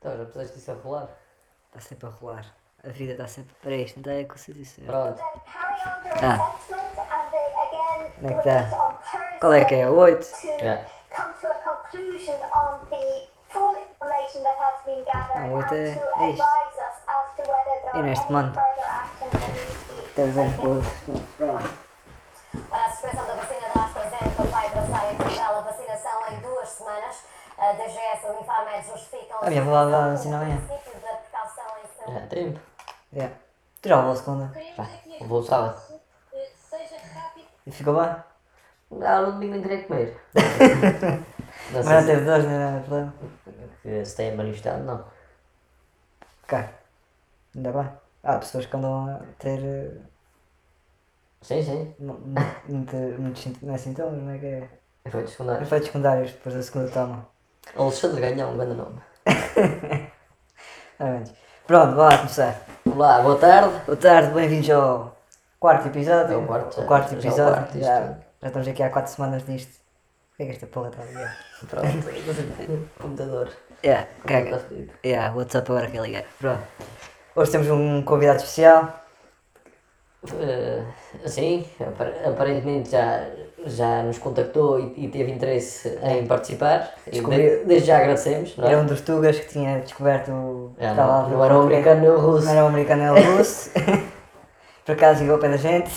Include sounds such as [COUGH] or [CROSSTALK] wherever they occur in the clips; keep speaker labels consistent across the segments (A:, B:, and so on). A: Cara, apesar disso a rolar.
B: Está sempre a rolar. A vida está sempre. Peraí, isto não está a conseguir ser.
A: Pronto.
B: Ah. Como é que está? Qual é que é? 8?
A: Yeah.
B: Não,
C: Não,
B: oito
C: oito
B: é- é
C: é
B: isto.
C: isto.
B: E neste monte? Temos um pouco. Pronto.
D: A suspensão da vacina da AstraZeneca vai passar em Portugal a vacinação em duas semanas. A DGS e o Infarmed justificam
B: Ah, minha avó dá
D: como
B: vacina amanhã.
D: princípio da precaução em saúde.
A: Já há tempo.
B: É. Tirar a segunda.
A: Eu vou sábado.
B: E ficou bem?
A: Ah, Não, no domingo nem queria [LAUGHS] comer. não
B: Mas
A: sei
B: não
A: se,
B: teve dois, não era problema.
A: que se tem manifestado, não.
B: Ok. Ainda bem. Há pessoas que andam a ter eh,
A: Sim, sim.
B: mu- mu- muito, muitos sint- não é sintomas, não é que é?
A: Efeitos secundários.
B: Efeitos secundários depois da segunda toma.
A: Alexandre ganhou um grande nome.
B: Ah, bem. Pronto, vá lá começar.
A: Olá, boa tarde.
B: Boa tarde, bem-vindos ao quarto episódio.
A: É o quarto, já- já é o
B: episódio.
A: quarto, isto.
B: já, já estamos aqui há quatro semanas disto. O que é que esta porra está a ligar?
A: Pronto. [LAUGHS] Computador.
B: Yeah,
A: Está
B: caga.
A: fedido.
B: Yeah, WhatsApp agora que ligar. Pronto. Hoje temos um convidado especial.
A: Eh, sim, apar- aparentemente já, já nos contactou e, e teve interesse em participar. E
B: Descobri-
A: de- desde já agradecemos, não
B: Era
A: é?
B: um dos Tugas que tinha descoberto o.
A: É, não,
B: estava lá
A: não era um americano nem um russo.
B: Não era um americano, era um russo. [LAUGHS] Por acaso chegou ao pé da gente.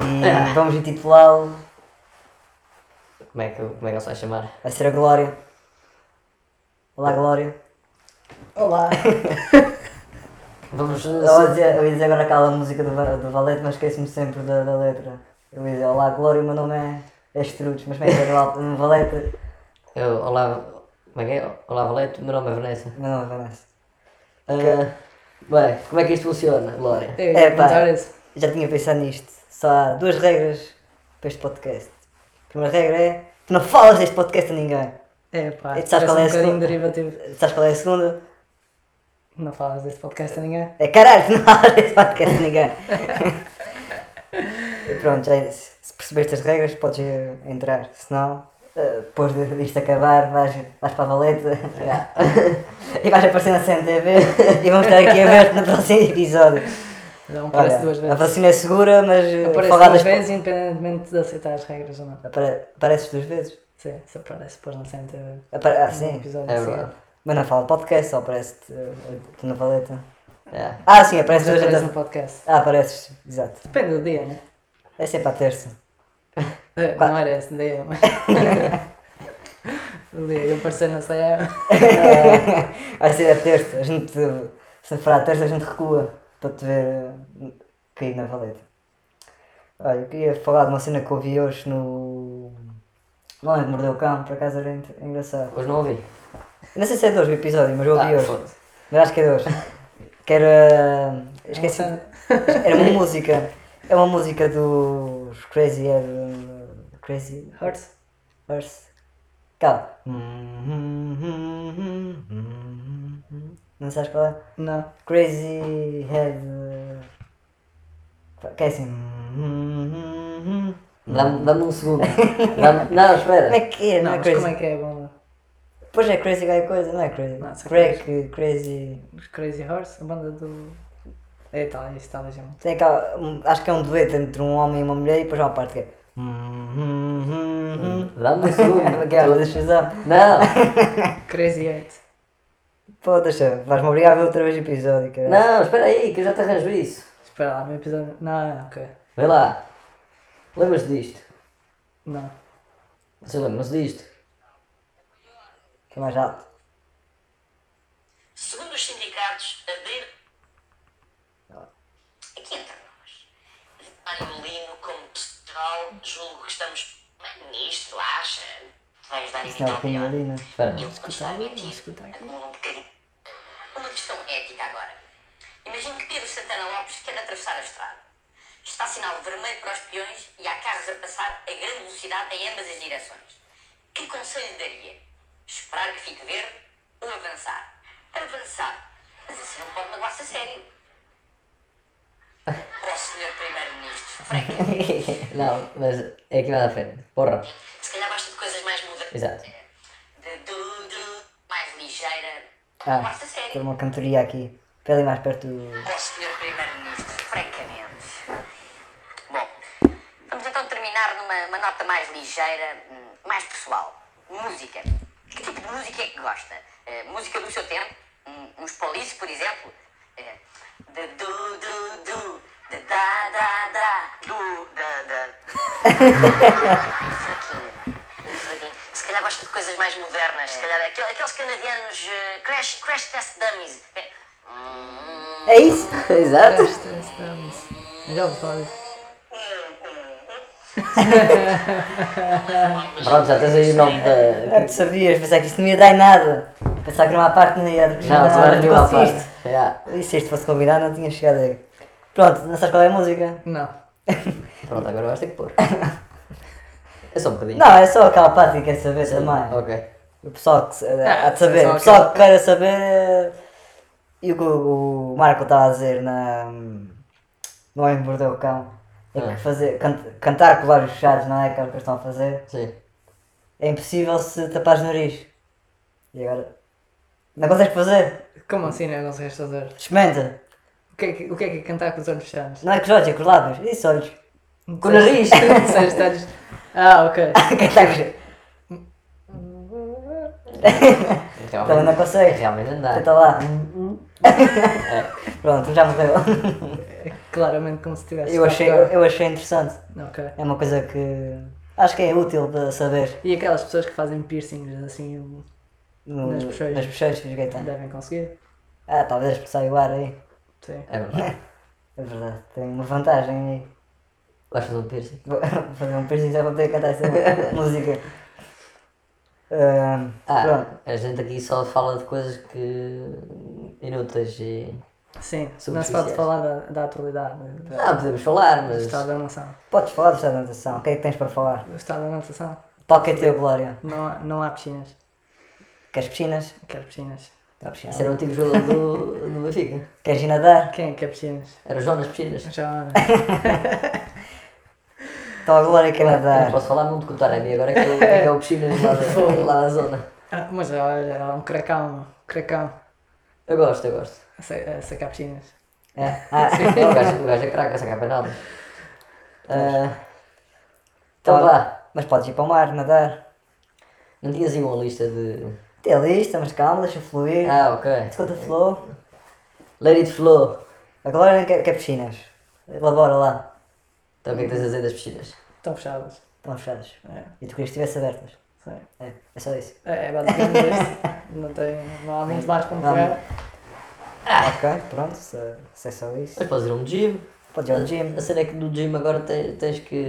B: E
A: É.
B: vamos intitulá-lo.
A: Como é que, como é que ele se vai chamar?
B: Vai ser a Glória. Olá, Glória.
C: Olá.
A: Vamos.
B: Eu ia dizer, eu ia dizer agora aquela música do, Va- do Valete, mas esqueço-me sempre da, da letra. Eu ia dizer, olá Glória, o meu nome é Estrutos, mas bem, no [LAUGHS] Valete,
A: Eu, olá, como é que é? Olá, Valete, meu nome é Vanessa.
B: meu nome é Vanessa.
A: Ah, bem, como é que isto funciona, Glória?
C: Eu ia
B: É, pá.
C: perguntar isso.
B: Já tinha pensado nisto, só há duas regras para este podcast. A primeira regra é, tu não falas deste podcast a ninguém.
C: É pá,
B: E tu sabes qual é a
C: parece um bocadinho
B: segunda?
C: derivativo.
B: Sabes qual é a segunda?
C: Não falas deste podcast a ninguém.
B: É caralho, tu não [LAUGHS] falas deste podcast a ninguém. E Pronto, já, se se percebeste as regras podes eh, entrar, se não, eh, depois de- disto acabar vais, vais para a valeta [LAUGHS] e vais aparecer na CMTV e vamos estar aqui aberto no próximo episódio.
C: Não
B: Olha,
C: aparece duas
B: a
C: vezes.
B: vacina é segura, mas eh,
C: Aparece
B: falar
C: duas
B: das-
C: vezes, independentemente de aceitar as regras ou não.
B: Apare- Apareces duas vezes?
C: Sim, se aparece, depois não sente
B: Apare- Ah,
C: um
B: sim.
C: episódio
A: É
C: assim.
A: verdade.
B: Mas não fala de podcast, só aparece-te eh, tu na valeta.
A: É.
B: Ah, sim, aparece
C: Mas
B: duas
C: aparece
B: vezes.
C: no podcast.
B: Ah, apareces, exato.
C: Depende do dia, né?
B: É sempre à terça.
C: É, Não era esse dia,
B: [LAUGHS]
C: mas. O dia que aparecer na CEA.
B: Vai ser a terça, a gente, se for à terça a gente recua para te ver eh, cair na valeta. Olha, eu queria falar de uma cena que ouvi hoje no. Não lembro, mordeu o cão, por acaso era en- engraçado.
A: Hoje não ouvi.
B: Não sei se é de hoje o episódio, mas eu ouvi
A: Ah,
B: hoje.
A: foda-se.
B: Mas acho que é
C: [LAUGHS]
B: de hoje. Que era. Esqueci.
C: É Uma
B: Era
C: [LAUGHS]
B: uma música. É uma música dos Crazy Head. Crazy
C: Horse.
B: Horse. Calma. Não sabes qual é?
C: Não.
B: Crazy Head. eh, Que é assim.
A: Dá-me dá-me um segundo.
B: [LAUGHS]
A: Dá-me- não, espera.
B: Como é que é? Não, é
C: Não, mas
B: crazy.
C: como é que é bom?
B: Pois é, crazy qualquer coisa, não é crazy.
C: Não, é só
B: Craig, crazy.
C: Os Crazy Horse, a banda do. É, tá, isso talvez é muito.
B: Tem aquela, um- acho que é um dueto entre um homem e uma mulher e depois há uma parte que é.
A: Dá-me um segundo.
B: Aquela
A: Aquela.
B: deixa
A: Não,
C: Crazy Eight.
B: Pô, deixa, vais-me obrigar a ver outra vez o episódio, cara.
A: não, espera aí, que eu já te arranjo isso.
C: Espera lá, no episódio. Não, é ok.
A: Vê lá. Lembras-te disto?
C: Não.
A: Você lembra-se disto?
B: Que é mais alto.
E: Segundo os sindicatos, abrir. Aqui entre nós. Vitório Lino, como pessoal, julgo que estamos. Bem, nisto, acha? Vai ajudar a
B: Isso não é
E: evitar
B: o
E: o pior.
B: Pinhalina. [LAUGHS]
A: Espera.
E: Eu vou estar a mentir.
C: escutar aqui.
E: Acumula um bocadinho. Uma questão ética agora. Imagino que Pedro Santana Lopes quer atravessar a estrada. Está sinal vermelho para os peões e há carros a passar a grande velocidade em ambas as direções. Que conselho daria? Esperar que fique verde ou avançar? Avançar. Mas assim não pode magoar-se a sério. Ó senhor Primeiro-Ministro, Frank,
A: Não, mas é aqui lá da frente. Porra.
E: se calhar basta de coisas mais mudas.
A: Exato.
E: De tudo, mais ligeira.
B: Ah,
E: Quarta série.
B: tem uma cantoria aqui. Para ali mais perto do.
E: Ó Sr. Primeiro-Ministro, francamente. Bom, vamos então terminar numa uma nota mais ligeira, hum, mais pessoal. Música. Que tipo de música é que gosta? Eh, música do seu tempo? Hum, uns police, por exemplo? Eh, de du, du, du, de da, da, da, du, da, da. Fraquinho. Fraquinho. [LAUGHS] Se calhar gosta de coisas mais modernas, se calhar aquele- aqueles canadianos eh, crash, crash Test Dummies. Eh, hum,
A: [LAUGHS]
B: É isso?
A: Exato.
C: Já ouvi falar disso.
A: Pronto, já tens aí o nome da.
B: Ah, tu sabias, pensar que isto não ia dar em nada. Pensar que não há parte nem ia
A: Já, não há nenhuma
B: consiste.
A: parte. Já.
B: E se este fosse convidado, não tinha chegado aí. Pronto, não sabes qual é a música?
C: Não.
A: Pronto, agora vais ter que pôr. É só um bocadinho.
B: Não, é só aquela parte que quer saber é também.
A: Ok.
B: O pessoal que, se-
C: Ah,
B: há de saber,
C: só
B: o pessoal
C: aquela-
B: que queira saber. eh, E o que o o Marco estava a dizer na. No Homem que Mordeu o Cão. É
A: Ah.
B: que fazer, can- cantar com vários fechados, não é? Que é o que eles estão a fazer.
A: Sim.
B: É impossível se tapares o nariz. E agora. Não consegues fazer?
C: Como assim não consegues fazer?
B: Experimenta.
C: O que é que, o que, é, que é cantar com os olhos fechados?
B: Não é com os olhos, é com os lábios. Isso, olhos. [LAUGHS]
C: Com
B: o nariz.
C: [LAUGHS] Disseste olhos. Ah, ok.
B: cantar com os. Também não
A: É
B: consegues.
A: realmente andar.
B: Tenta lá. [LAUGHS] Pronto, já morreu.
C: Claramente como se tivesse.
B: Eu achei, eu achei interessante.
C: Ok.
B: É uma coisa que acho que é útil de saber
C: E aquelas pessoas que fazem piercings assim
B: no-
C: Nas bochechas.
B: nas bochechas que tem.
C: devem conseguir?
B: Ah, talvez saia o ar aí.
C: Sim.
A: É verdade.
B: É verdade, tem uma vantagem aí.
A: Vais fazer um piercing.
B: Vou [LAUGHS] vou fazer um piercing só para poder cantar essa [LAUGHS] música. Ahm, pronto.
A: Ah, a gente aqui só fala de coisas que. inúteis e.
C: Sim. Não se pode
A: Superficiais.
C: falar da, da atualidade, né? da-
A: Ah, podemos falar,
C: do
A: mas.
C: estado da nação.
B: Podes falar do estado da natação, o que é que tens para falar?
C: O estado da natação.
B: Toca é teu, Glória.
C: Não há, não há piscinas.
B: Queres piscinas?
C: Quero piscinas.
B: Dá piscina.
A: Esse era o antigo jogador do, do Benfica.
B: Queres ir nadar?
C: Quem é quer piscinas?
A: Era o Jonas Piscinas.
C: Já.
B: [LAUGHS] Então a Glória quer
A: Eu não
B: nadar.
A: posso falar muito com o Taremi, agora que é o, que é o Piscinas lá da, lá da zona.
C: Ah, mas olha, é um cracão, cracão.
A: Eu gosto, eu gosto.
C: a sa- a sacar piscinas.
B: É. Ah,
A: O gajo, o gajo é craque, essa capa é nada.
B: ah,
A: Então vá.
B: mas podes ir para o mar, nadar.
A: Não tinhas aí uma lista de.
B: Tem a lista, mas calma, deixa fluir.
A: Ah, ok.
B: Escuta flow.
A: Let it flow.
B: A Glória quer, quer é piscinas. Elabora lá.
A: Então o que é que tens a dizer das piscinas?
C: Estão fechadas.
B: Estão fechadas.
C: É,
B: E tu querias que estivesse abertas.
C: sim.
B: É, é só isso.
C: É,
B: [LAUGHS]
C: é basicamente isto. Não, tem, não há muito mais como
B: Não.
C: pegar.
B: Ok, pronto, se, se é só isso.
A: Mas podes ir a um gym.
B: Podes ir ao gym.
A: A cena é que no gym agora te- tens que.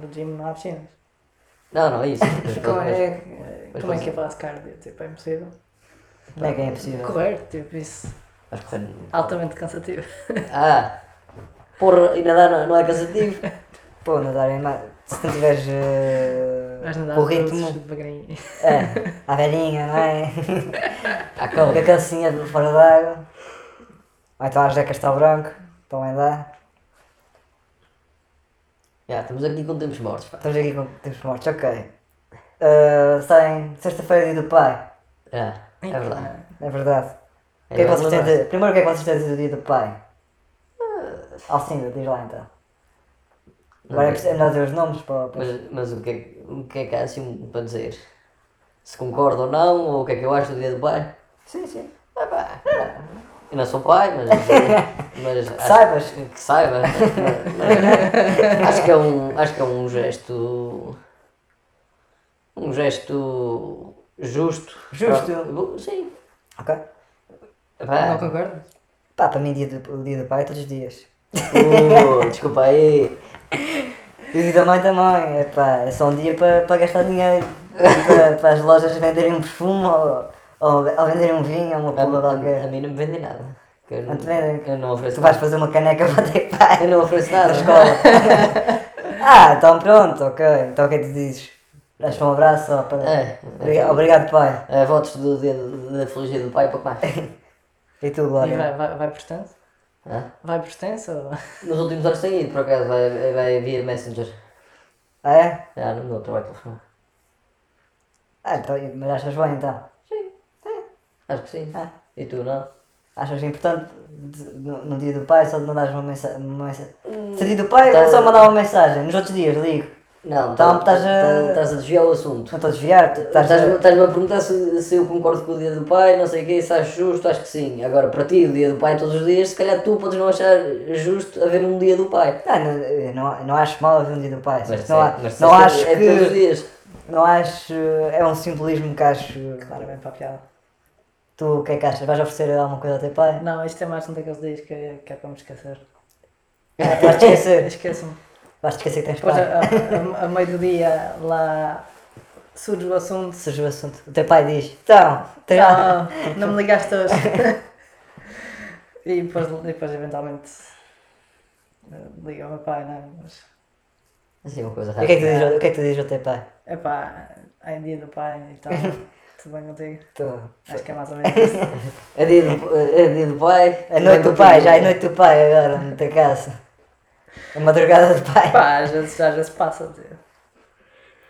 C: No gym não há piscinas.
A: Não, não, é isso.
C: Como é,
A: mas
C: como é
A: posso-
C: que eu faço cardio? Tipo, é impossível.
B: Como é que é impossível?
C: Correr, tipo, isso.
A: Vais correr.
C: Altamente
B: [LAUGHS]
C: cansativo.
A: Ah! Porra, e nadar não, não é cansativo?
B: Pô, nadar é mais. Se não tiveres. eh,
C: Mas nadar
B: o
C: todos
B: ritmo.
C: devagarinho.
B: É, à velhinha, não é?
A: Ah, calma.
B: Com a calcinha de fora d'água. Ou então às de Castelo Branco. Também dá.
A: Já, estamos aqui com tempos mortos, pá.
B: Estamos aqui com tempos mortos, ok. Eh, saem sexta-feira dia do pai.
A: Já, é verdade.
B: É verdade. O
A: É
B: que é que vocês têm
A: verdade.
B: a dizer? Primeiro, o que é que vocês têm a dizer do dia do pai? Alcinda, diz lá então. Agora é preciso- é melhor dizer os nomes para. para-
A: Mas, mas o, que é, que- o que é que há assim para dizer? Se concordo ou não, ou o que é que eu acho do dia do pai?
B: Sim, sim.
A: Ah, pá. Eu não sou pai, mas. mas acho-
B: saibas.
A: Que saiba. acho, que é um, acho que é um gesto. Um gesto justo.
B: Justo?
A: Sim. Ah,
B: Ok.
A: Pá.
C: Não concordas?
B: Pá, para mim, dia do, o dia do pai é todos os dias.
A: Uh, desculpa aí.
B: E o dia da mãe também. É pá, é só um dia para, para gastar dinheiro. para, para as lojas venderem um perfume ou, ou, ou venderem um vinho ou uma
A: A,
B: pula
A: a- a
B: qualquer.
A: mim não me vendem nada. Que eu,
B: Não te vendem?
A: eu não ofereço
B: Tu vais
A: nada.
B: fazer uma caneca para ter pai
A: é. Eu não ofereço nada.
B: na escola. [LAUGHS] ah, então pronto, ok. Então o que é que tu dizes? Dás um abraço só para.
A: É.
B: Obriga- obrigado, pai.
A: Eh, votos do dia da feliz dia do pai,
B: [LAUGHS]
A: pouco mais.
B: E tu,
C: E
B: Glória?
C: vai, vai, vai por extenso?
A: Hã?
C: Vai por extenso? ou- [LAUGHS]
A: Nos últimos anos tem ido, por acaso, vai, vai via Messenger.
B: Ah, é?
A: Já, não me dou trabalho de telefone.
B: Ah, então, mas achas bem então?
A: Acho que sim.
B: Ah,
A: E tu, não?
B: Achas importante de- no, no dia do pai só de mandares uma mensagem? Uma mensa- Se é dia do pai,
A: Tá.
B: é só mandar uma mensagem. Nos outros dias ligo.
A: Não,
B: Então,
A: tá-
B: estás a-
A: tá- estás a desviar o assunto.
B: Não estou a desviar, tu estás a-
A: Estás-me estás-me a perguntar se, se eu concordo com o dia do pai, não sei o quê, se acho justo, acho que sim. Agora, para ti, o dia do pai todos os dias, se calhar tu podes não achar justo haver um dia do pai.
B: Ah, não, eu não, eu não acho mal haver um dia do pai.
A: Mas
B: não,
A: é-
B: há-
A: mas
B: não
A: é-
B: acho
A: é todos os
B: que.
A: dias.
B: Não acho. É um simbolismo que acho.
C: Claro, bem para a piada.
B: Tu o que é que achas? Vais oferecer alguma coisa ao teu pai? [LAUGHS]
C: Não, isto é mais um daqueles dias que é, que é para me esquecer.
B: Vais-te esquecer.
C: Esqueço-me.
B: Vais-te esquecer que tens
C: Depois,
A: é.
B: pai.
C: a, a, a, a meio do dia, lá surge o assunto.
B: Surge o assunto. O teu pai diz: Então, tens-
C: Ah, [LAUGHS] não me ligaste hoje. [LAUGHS] e depois, depois eventualmente, eh, liga ao meu pai, não é? Mas,
A: Assim, uma coisa
B: o, que é
A: rápida.
B: que tu dizes, ao- o que é que tu dizes ao teu pai?
C: epá, é dia do pai, então, tudo bem contigo?
B: Tu-
C: Acho que é mais ou menos isso.
A: É dia do, é dia do pai.
B: A noite do pai, já é a noite do pai agora, na tua casa. A É madrugada do pai.
C: Pá, às vezes, às vezes passa. tio.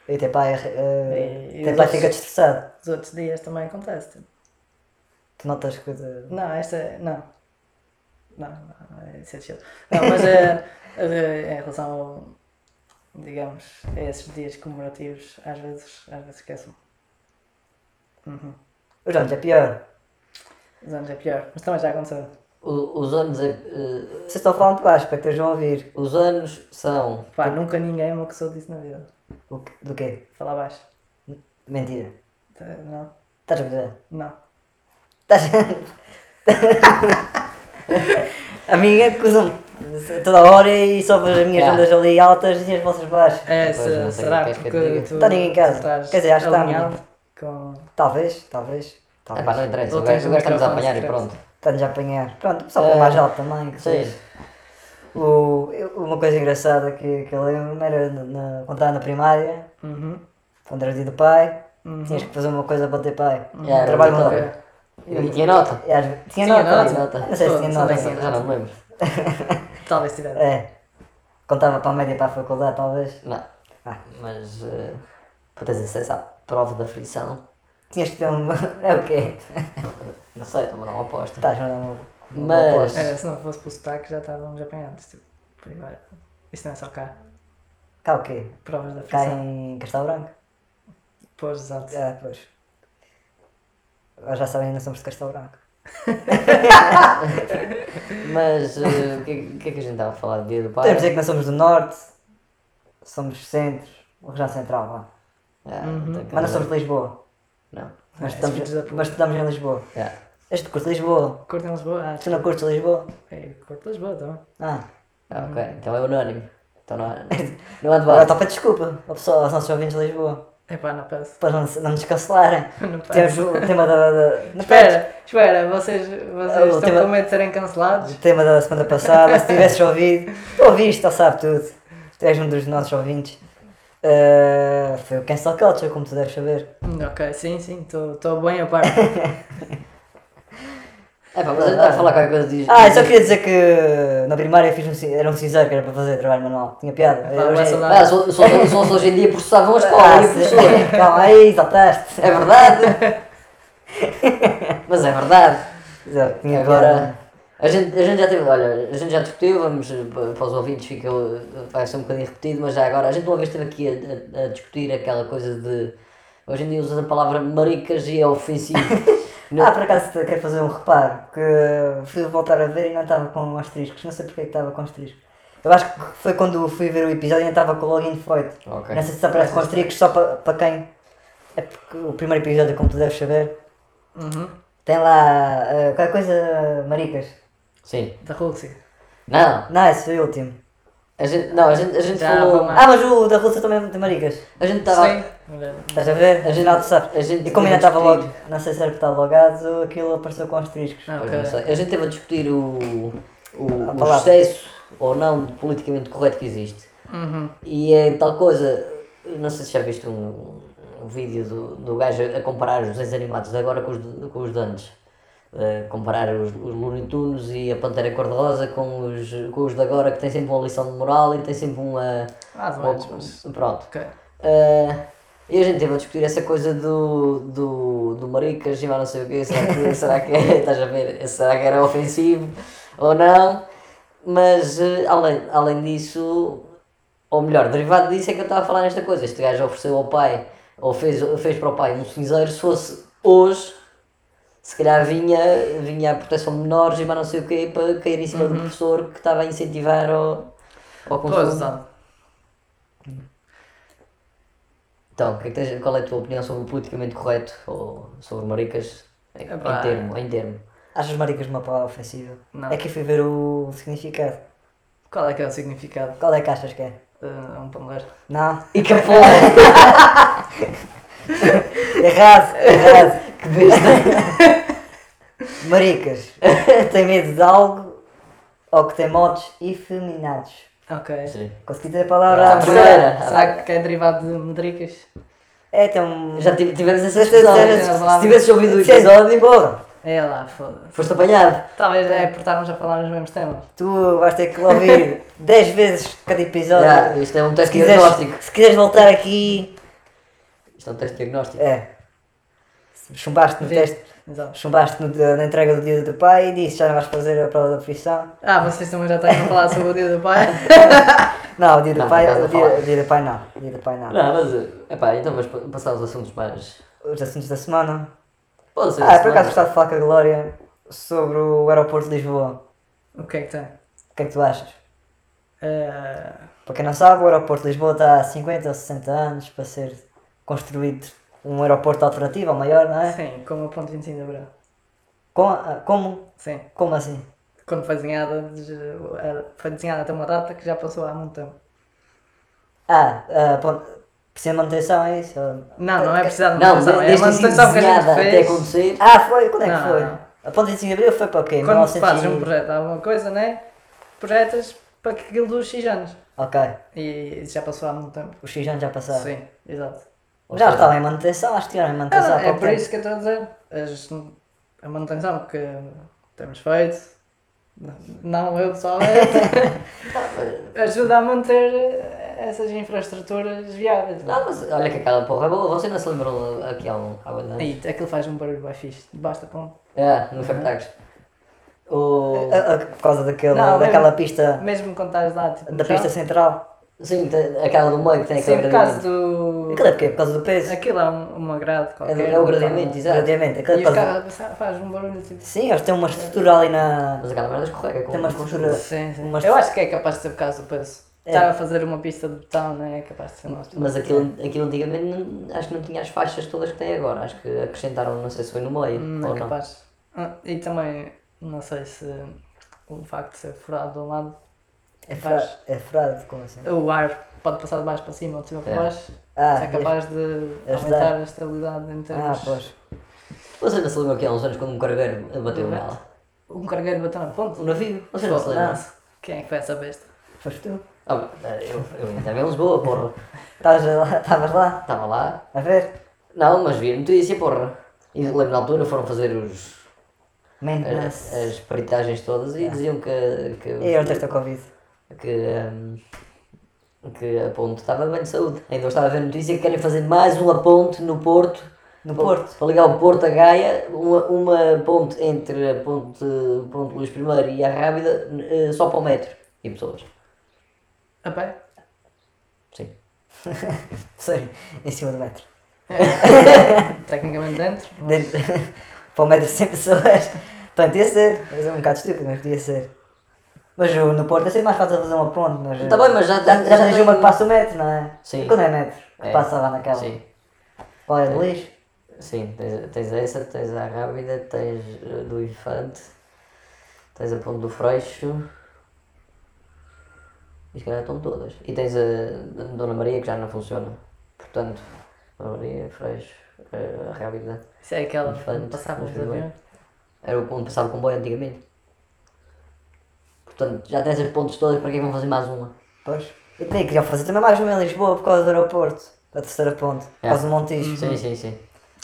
B: E o teu pai, eh,
C: E- e
B: teu
C: os
B: pai
C: outros-
B: fica distressado.
C: Os outros dias também acontece. tio.
B: Tu notas coisas.
C: Não, esta é. Não. Não, não, isso é chill. Não, mas eh, [LAUGHS] eh, em relação ao. Digamos, a esses dias comemorativos, às vezes, às vezes esqueço-me.
B: Os homens é pior.
C: Os anos é pior, mas também já aconteceu.
A: O- Os anos, é- eh,
B: Vocês estão a falar muito baixo para que estejam a ouvir.
A: os anos são.
C: Pá, nunca ninguém me acusou disso na vida.
B: O que- do quê?
C: Fala baixo.
B: Mentira.
C: Tá, Não,
B: Estás a gozar?
C: não.
B: Estás [LAUGHS] a. minha acusam toda a hora e só vejo as minhas
A: Yeah.
B: ondas ali altas e as vossas baixas.
C: É,
A: Pois,
C: se-
A: não sei
C: será
A: o que é que
C: porque
A: eu diga.
C: tu
B: Tá ninguém em casa.
C: estás
B: Quer dizer, acho que tá
C: alinhado com.
B: Talvez, talvez.
A: Ah,
B: Talvez.
A: pá, não interessa. O
C: Ou tens
A: gajo o gajo está-nos a
C: microfone,
A: apanhar e
C: se
A: pronto.
B: Estamos a apanhar. Pronto, o pessoal é mais alto também. que
A: Sim.
B: seja. O, eu- uma coisa engraçada que, que eu lembro era na- na- quando estava na primária,
C: Uhum.
B: quando era dia do pai,
C: Uhum.
B: tinhas que fazer uma coisa para o teu pai.
A: Era
B: Trabalho
A: muito
B: manual.
A: bem. E tinha nota.
B: E às vezes- Tinha
C: Tinha
B: nota,
A: nota.
B: Não sei se tinha
C: Só- só
B: nota.
C: bem.
A: Já não me lembro.
C: Talvez tivesse.
B: É. Contava para a média e para a faculdade, talvez.
A: Não.
B: Ah.
A: Mas eh, para teres acesso à prova da frição,
B: Tinhas que ter um. [LAUGHS] É o quê?
A: não sei, estou a dar uma aposta.
B: Estás a dar uma.
A: Mas-
C: Era, É, se não fosse pelo sotaque, já estávamos apanhados. Tipo, primeiro. Isto não é só cá.
B: Cá o quê?
C: Provas da
B: Cá
C: prisão.
B: em Castelo Branco?
C: Pois, exato.
B: Ah, pois. Agora já sabem, não somos de Castelo Branco.
A: Mas eh, o que, é- o que é que a gente estava a falar do dia do pai?
B: Podemos dizer é que não somos do Norte, somos centros, região central, vá.
A: Ah, não tem que
B: Uhum. Mas não
A: dizer.
B: somos de Lisboa.
A: Não.
B: Mas
C: É, filhos da
B: estudamos,
C: puta.
B: mas estudamos em Lisboa.
A: Yeah.
B: Este curso de Lisboa.
C: Corte em Lisboa? Ah,
B: Tu não curtes Lisboa?
C: é, corte em Lisboa também.
B: Ah.
A: Ah, ok. Então é unânime. Então
B: [LAUGHS]
A: não há, não há
B: Agora
A: debate.
B: topa desculpa ao pessoal, aos nossos ouvintes de Lisboa.
C: É pá, não peço.
B: Para não, não nos cancelarem.
C: [LAUGHS] Não peço.
B: Temos o tema da.
C: [LAUGHS]
B: da- não pedes.
C: Espera, espera, vocês,
B: Ah, o
C: vocês
B: tema-
C: estão com medo de serem cancelados?
B: O tema da semana passada, se tivesses ouvido,
C: [LAUGHS]
B: tu ouviste, ele sabe tudo. Tu és um dos nossos ouvintes. Ah, foi o Cancel Culture, como tu deves saber.
C: Hum, Ok, sim, sim, estou bem
B: [LAUGHS]
C: a par.
A: É pá, mas a gente estava a falar qualquer coisa diz.
B: Ah, eu só queria dizer que na primária fiz um, ci- era um cinzeiro que era para fazer trabalho manual. Tinha piada.
C: Pá,
B: Hoje- é-
C: vai saudar.
A: Ah, só, só, só, só hoje em dia processavam a escola
B: Ah,
A: e o
B: se-
A: professor.
B: [LAUGHS] Calma aí, saltaste.
A: É verdade. Mas é verdade.
B: Exato, tinha
A: Agora,
B: piada.
A: a gente, a gente já teve, olha, a gente já discutiu, vamos eh, pa- para os ouvintes, fica, eh, vai ser um bocadinho repetido, mas já agora, a gente uma vez esteve aqui a, a- a discutir aquela coisa de, hoje em dia usas a palavra maricas e é
C: [LAUGHS]
A: ofensivo. Não-
B: Ah, por acaso te- quero fazer um reparo, que fui voltar a ver e não estava com asteriscos, não sei porque é que estava com asteriscos. Eu acho que foi quando fui ver o episódio e não estava com o login feito.
A: Ok.
B: Não sei se aparece com asteriscos só para para quem. É porque o primeiro episódio, como tu deves saber,
C: Uhum.
B: tem lá eh, qualquer coisa maricas.
A: Sim.
C: Da Rússia.
A: Não,
B: Não, esse foi o último.
A: a gente, não, a gente, a gente
C: Já,
A: falou,
C: vamos lá.
B: Ah, mas o da Rússia também tem maricas.
A: a gente
C: Sim.
A: estava,
B: Estás a ver? A gente não sabe.
A: a gente
B: E como ainda
A: teve a
B: estava
A: discutir-
B: logo, não sei se era porque estava logado, aquilo apareceu com asteriscos.
C: Ah,
A: Pois
C: ok.
A: não sei. A gente esteve a discutir o, o,
B: A
A: o
B: palavra.
A: excesso ou não de politicamente correto que existe.
C: Uhum.
A: E é tal coisa, não sei se já viste um, um vídeo do, do gajo a comparar os desenhos animados agora com os, de- com os de antes. A comparar os, os Looney Tunes e a Pantera Cor-de-Rosa com os, com os de agora que tem
C: Ah,
A: sempre uma lição de moral e tem sempre uma...
C: Mais ou
A: uma-
C: menos, mas-
A: Pronto.
C: Ok.
A: Ah, E a gente teve a discutir essa coisa do, do, do maricas e não sei o quê, será que, [LAUGHS] será que, estás a ver, será que era ofensivo ou não, mas eh, além, além disso, ou melhor, derivado disso é que eu estava a falar nesta coisa, este gajo ofereceu ao pai, ou fez, fez para o pai um cinzeiro, se fosse hoje, se calhar vinha, vinha a proteção de menores e mais não sei o quê, para cair em cima do professor que estava a incentivar ao, ao consumo.
C: Pois, então.
A: Então, o que é que tens- qual é a tua opinião sobre o politicamente correto ou sobre maricas em,
C: Epá.
A: em termo? Em termo.
B: Achas maricas uma palavra ofensiva?
C: Não.
B: É que eu fui ver o significado.
C: Qual é que é o significado?
B: Qual é que achas que é?
C: Eh, É um pandeiro.
B: Não?
A: E
B: [LAUGHS]
A: que porra!
B: Errado! Errado! que besta! [LAUGHS] maricas. tem medo de algo ou que tem modos efeminados.
C: Ok.
A: Sim.
B: Consegui dizer a palavra
A: Ah,
B: à
A: sim.
B: primeira?
A: Era.
C: Será que é derivado de medricas?
B: É, então.
A: Já tive- tivemos essa
B: Se- se-
A: discussão.
B: se-
A: Se tivesses ouvido o
B: se-
A: episódio, porra,
C: É lá, foda-se.
A: foste apanhado.
C: Talvez é por estarmos a falar nos mesmos temas.
B: Tu vais ter
A: [LAUGHS]
B: que ouvir 10 vezes cada episódio.
A: Já, isto é um
B: se,
A: teste diagnóstico.
B: quiseres, se quiseres voltar aqui.
A: Isto é um teste diagnóstico.
B: É. Chumbaste no
C: Sim.
B: teste.
C: Exato.
B: Chumbaste no- na entrega do dia do teu pai e disse já não vais fazer a prova da profissão.
C: Ah, vocês também já estão a falar sobre o dia do pai? [LAUGHS]
B: Não, o dia do
A: Não,
B: pai.
A: não estás a
B: O dia,
A: falar.
B: o dia do pai não. O dia do pai não.
A: Não, mas. Epá, então vamos pa- passar aos assuntos mais.
B: Os assuntos da semana.
A: Pode ser. é?
B: Ah,
A: esse,
B: por acaso
A: mas-
B: gostava de falar com a Glória sobre o aeroporto de Lisboa.
C: o que é que tem?
B: O que é que tu achas?
C: Eh,
B: Para quem não sabe, o aeroporto de Lisboa está há 50 ou 60 anos para ser construído um aeroporto alternativo ao maior, não é?
C: sim, como o ponto 25 de abril.
B: Com- ah, como?
C: Sim.
B: Como assim?
C: Quando foi desenhada, de- eh, foi desenhada até uma data que já passou há muito tempo.
B: Ah, ah, pronto, precisa de manutenção, é isso?
C: Não, não é precisar de
A: Não,
C: manutenção. é a
A: desde que
C: manutenção que a
A: desenhada
C: gente
A: até
C: fez.
A: acontecer.
B: Ah, foi? Quando é que
C: Não,
B: foi?
C: não.
B: A ponta de 5 de abril foi para o quê?
C: Quando fazes
A: assim.
B: 1900
C: um projeto, há alguma coisa, né? Projetas para que aquilo dos X anos.
B: Ok,
C: E isso já passou há muito tempo.
B: os X anos já passaram.
C: Sim, exato.
A: Ou
B: Já
A: seja,
B: estavam em manutenção, acho que tiveram em manutenção
C: Ah,
B: há
C: é
B: pouco
C: por
B: tempo.
C: isso que eu estou a dizer. As- a manutenção que temos feito, n- não eu
B: [LAUGHS]
C: pessoalmente, ajuda a manter essas infraestruturas viáveis.
B: Ah.
A: Não, mas olha que aquela porra é boa. Vocês não se lembram aqui há um. Há um ano?
C: E aquilo faz um barulho bem fixe, basta com.
A: É, no Fertags. O.
B: Ah, ah, por causa daquele,
C: Não, é-
B: daquela
C: mesmo-
B: pista,
C: Mesmo quando estás lá, tipo,
B: da
C: no chão.
B: pista central.
A: Sim, tem- aquela do meio que tem
C: Sim,
A: aquele
C: por
A: gradimento.
C: causa do.
B: Aquilo é porque? Por causa do peso?
C: Aquilo é um, uma grade
A: É,
C: qualquer.
A: do- é o
C: um
A: gradimento,
B: Exato.
A: exato.
B: Obviamente,
C: carro.
B: aquilo é
C: E os
B: por causa...
C: carros faz um barulho tipo.
B: Sim, eles têm uma estrutura ali na...
A: Mas aquela merda escorrega com
B: Tem uma
A: com-
B: estrutura-
C: Sim, sim.
B: Mas-
C: Eu acho que é capaz de ser por causa do peso.
B: É.
C: Estar a fazer uma pista de betão, não é capaz de ser nosso.
A: Mas aquilo, aquilo antigamente não- acho que não tinha as faixas todas que tem agora. Acho que acrescentaram, não sei se foi no meio
C: Não
A: ou
C: é
A: não.
C: capaz. Ah, E também, não sei se o facto de ser furado de um lado,
B: É furado, é furado, como assim?
C: o ar pode passar de baixo para cima ou de cima para
A: É.
C: baixo.
B: Ah,
C: isso é capaz de
B: ajudar.
C: aumentar a estabilidade em
B: Ah,
C: termos.
B: pois.
A: Você não se lembra que há uns anos quando um cargueiro bateu nela?
C: Um cargueiro bateu na ponte.
A: Um navio? Você não se lembra?
C: Foda-se. Quem é que foi essa besta?
B: Foste tu.
A: Ah, mas, eh, eu, eu estava em Lisboa, porra.
B: Estavas lá, estavas lá,
A: Estava lá.
B: a ver?
A: Não, mas vi a notícia, porra. E lembro na altura foram fazer os, as,
B: Maintenance.
A: as peritagens todas
C: É.
A: e diziam que, que,
B: E eu teste a Covid.
A: que, hum, que a ponte estava bem de saúde. Ainda estava a ver a notícia que querem fazer mais uma ponte no Porto.
B: No
A: Pa-
B: Porto?
A: Para ligar o Porto a Gaia, uma, uma ponte entre a ponte, ponte Luís I e a Rábida, eh, só para o metro e pessoas.
C: A pé?
A: Sim.
B: Sério, em cima do metro.
C: Tecnicamente dentro.
B: Dentro, [LAUGHS] para o metro sem pessoas. Portanto, ia ser. Mas é um bocado estúpido, mas podia ser. Mas o- no Porto é sempre mais fácil fazer uma ponte, mas.
A: Tá bem, mas já
B: já,
A: tem-
B: já
A: já
B: tens
A: tem- um-
B: uma que passa o metro, não é?
A: Sim.
B: Quando é metro?
A: É.
B: Passa lá naquela.
A: Sim.
B: Qual é de lixo?
A: Sim, tens, tens essa, tens a Rábida, tens eh, do Infante, tens a ponte do Freixo. E se calhar estão todas. E tens a Dona Maria que já não funciona. Portanto, Dona Maria, Freixo, eh, a Rábida.
C: Isso é aquela que
A: Infante,
C: passava os
A: Luís Primeiro.
C: aviões.
A: Era o ponto passava o comboio antigamente. Portanto, já tens as pontes todas, para que é que vão fazer mais uma?
B: Pois. E daí queriam fazer também mais uma em Lisboa por causa do aeroporto. A terceira ponte. Por
A: É.
B: causa do Montijo.
A: Sim, sim, sim.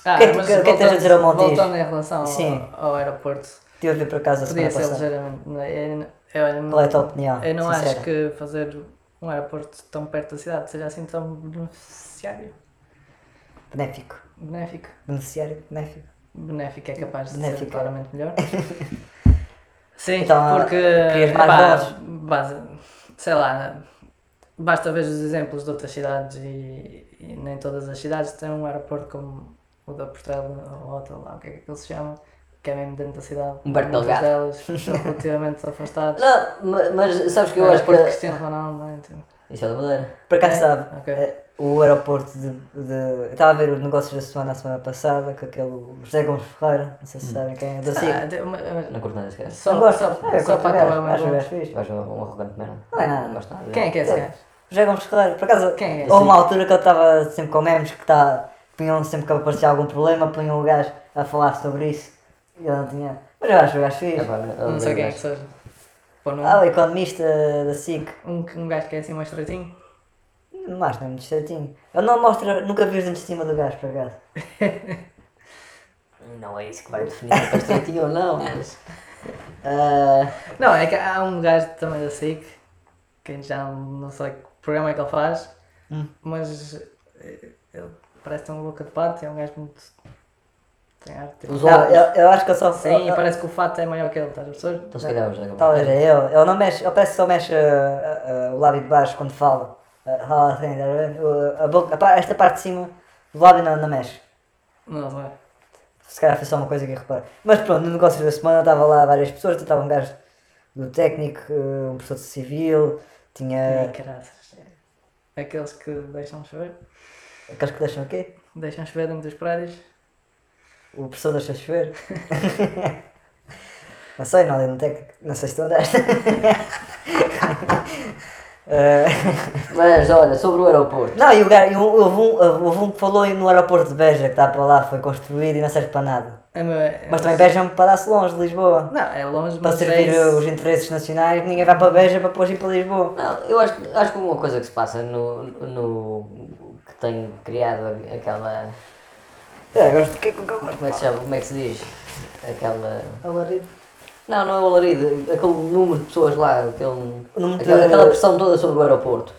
C: Ah,
B: que é que-
C: mas
B: o que é que tens a
C: voltando-
B: dizer ao Montijo?
C: Voltando em relação ao-
B: Sim.
C: ao aeroporto,
B: Estive a ver por acaso a semana
C: Podia ser
B: passada.
C: ligeiramente. não é? Eu- eu não-
B: Qual é a tua opinião?
C: Eu não
B: sincera?
C: acho que fazer um aeroporto tão perto da cidade seja assim tão beneficiário.
B: Benéfico.
C: Benéfico.
B: Beneficiário, benéfico.
C: Benéfico é capaz de ser
B: Benéfico.
C: claramente
B: [LAUGHS]
C: melhor. Sim,
B: Então,
C: porque.
B: querias mais
C: pá,
B: bolas?
C: base- sei lá, basta ver os exemplos de outras cidades e, e nem todas as cidades têm um aeroporto como o da Portela ou outro lá, o que é que aquilo se chama, que é mesmo dentro da cidade.
A: Humberto
C: Muitas
A: Delgado.
C: delas
B: [LAUGHS]
C: são relativamente afastados.
A: Não, ma- mas sabes que eu acho que.
C: Aeroporto Cristiano Ronaldo, não Então, entendo.
A: Isso é da Madeira.
B: Por acaso sabe,
C: ok.
B: eh, o aeroporto de. de- eu estava a ver os negócios da semana, a semana passada, com aquele José Gomes Ferreira, não
A: Hum.
B: sei se sabem quem é, do
C: Ah,
B: SIC.
C: de- uma-
A: Não
C: uma-
A: curto nada desse gajo.
C: Só,
B: Não gosto,
C: só,
B: é,
C: só
B: curto
C: para
B: gajo,
C: acabar mais
B: acho o
C: um.
B: gajo fixe.
A: Vais um arrogante de merda.
B: Não é nada.
A: Não gosto nada. dele.
C: Quem é que é esse gajo?
B: José Gomes Ferreira, por acaso,
C: Quem é esse?
B: houve uma altura que eu estava sempre com memes que tá, punham sempre que aparecia algum problema, punham o gajo a falar sobre isso. E ele não tinha. Mas eu acho o gajo
A: É
B: fixe.
A: pá, eu
C: Não sei quem é que
A: gajo.
C: seja. Pô, não,
B: Ah, o economista da SIC,
C: um, um gajo que é assim mais estreitinho.
B: mas não é muito certinho. Ele não mostra, nunca vi os dentes de cima do gajo, por acaso.
A: Não é isso que vai definir se estás direitinho ou não, mas. ah,
C: Não, é que há um gajo também da SIC, que já não sei que programa é que ele faz, mas eh, ele parece ter uma boca de pato, é um gajo muito. tem arte.
A: Os
B: Não,
A: olhos.
B: eu, eu acho que ele só.
C: Sim,
B: ele-
C: parece que o fato é maior que ele, estás a perceber?
A: Então se calhar vamos acabar.
B: Talvez é ele. Ele não mexe, ele parece que só mexe ah, ah, ah, o lábio de baixo quando fala. Ah, fala assim, tá vendo? O- a boca, a pa- esta parte de cima do lábio não, não mexe.
C: Não, não é?
B: Se calhar foi só uma coisa que eu reparei. Mas pronto, no negócio da semana estava lá várias pessoas, estava um gajo do técnico, eh, um professor de civil,
C: Ai,
B: tinha.
C: caraças. Aqueles que deixam chover,
B: Aqueles que deixam o quê?
C: deixam chover dentro dos prédios.
B: O professor deixa chover. [LAUGHS] não sei, não lembro um técnico. Não sei se tu andaste. [LAUGHS] Eh,
A: Mas olha, sobre o aeroporto.
B: não, e o gajo, e um- houve um, houve um que falou no aeroporto de Beja, que está para lá, foi construído e não serve para nada.
C: É, meu, é-
B: Mas também Beja é um pedaço longe de Lisboa.
C: Não, é longe,
B: Para
C: mas é
B: servir
C: isso.
B: os interesses nacionais, ninguém vai para Beja para depois ir para Lisboa.
A: Não, eu acho, que- acho que uma coisa que se passa no, no que tem criado aquela.
B: É, agora fiquei com calor.
A: Como é que se chama? Como é que se diz? Aquela.
B: Alarido.
A: Não, não é o alarido, aquele número de pessoas lá, aquele,
B: O número
A: aquela,
B: de-
A: aquela pressão toda sobre o aeroporto.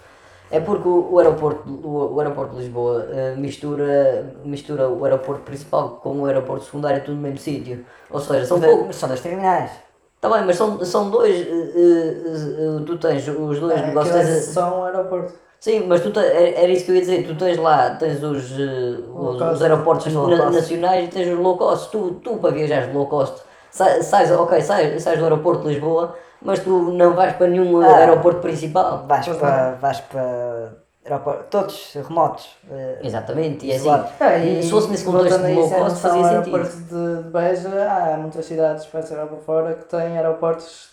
A: É porque o, o aeroporto, o, o aeroporto de Lisboa eh, mistura, mistura o aeroporto principal com o aeroporto secundário tudo no mesmo sítio. Ou seja, são poucos.
B: é, São das terminais.
A: Está Tá bem, mas são, são dois. eh, eh, eh, tu tens os dois negócios.
C: Aquilo é
A: tens-
C: só um aeroporto.
A: Sim, mas tu te- era, era isso que eu ia dizer. Tu tens lá, tens os, eh, os,
C: cost.
A: os aeroportos
B: Low
A: na-
B: cost.
A: nacionais e tens os low cost. Tu, tu para viajar de low cost, sai, sais, ok, sais, sais do aeroporto de Lisboa, mas tu não vais para nenhum
B: Ah.
A: aeroporto principal.
B: Vais
C: é.
B: para. Vais para. aeroporto- Todos remotos. eh,
A: Exatamente, e assim,
B: Claro.
C: Ah,
A: e se fosse nesse contexto de low cost fazia sentido.
C: é um aeroporto de, de Beja, há muitas cidades para ser para fora que têm aeroportos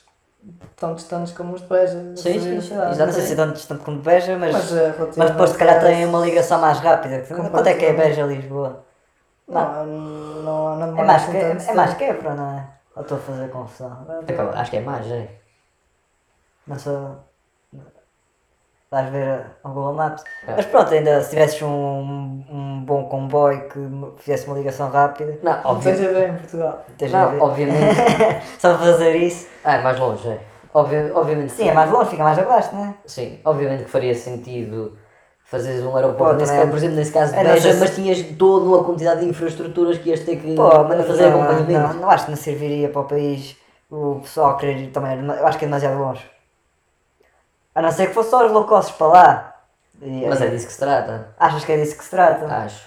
C: tão distantes como os de Beja. de
A: Sim,
C: servir
A: sim,
C: as cidades.
B: Não sei se é tão distante como Beja, mas.
C: Ah, Mas,
B: Mas,
C: eh, relativamente
B: depois se calhar
C: a-
B: tem uma ligação mais rápida. Quanto é que é
C: Comparativamente.
B: Beja a Lisboa?
C: Não, não, não
B: É
C: demora
B: mais
C: assim
B: que
C: tanto
B: é, mais que é para não é? Ou estou a fazer confusão?
A: Acaba- Acho que é mais, é?
B: Não sou. Vais ver o Google Maps.
A: É.
B: Mas pronto, ainda se tivesses um, um bom comboio que fizesse uma ligação rápida,
A: Não,
C: Não
A: obvi-
C: seja bem em Portugal.
B: tens a ver.
A: não, obviamente.
B: só para fazer isso.
A: Ah, é mais longe, é. Obvi- obviamente
B: Sim, é mais longe, fica mais abaixo, não é?
A: Sim, obviamente que faria sentido fazeres um aeroporto,
B: Pô,
A: nesse
B: não é?
A: caso, por exemplo, nesse caso de
B: É, não
A: Beja,
B: sei se-
A: mas tinhas toda uma quantidade de infraestruturas que ias ter que
B: Pô, mas
A: fazer
B: não,
A: acompanhamento.
B: não, não acho que não serviria para o país o pessoal querer ir também. Eu acho que é demasiado longe. A não ser que fosse só os low costs para lá. E,
A: Mas é Ah. disso que se trata,
B: Achas que é disso que se trata?
A: acho.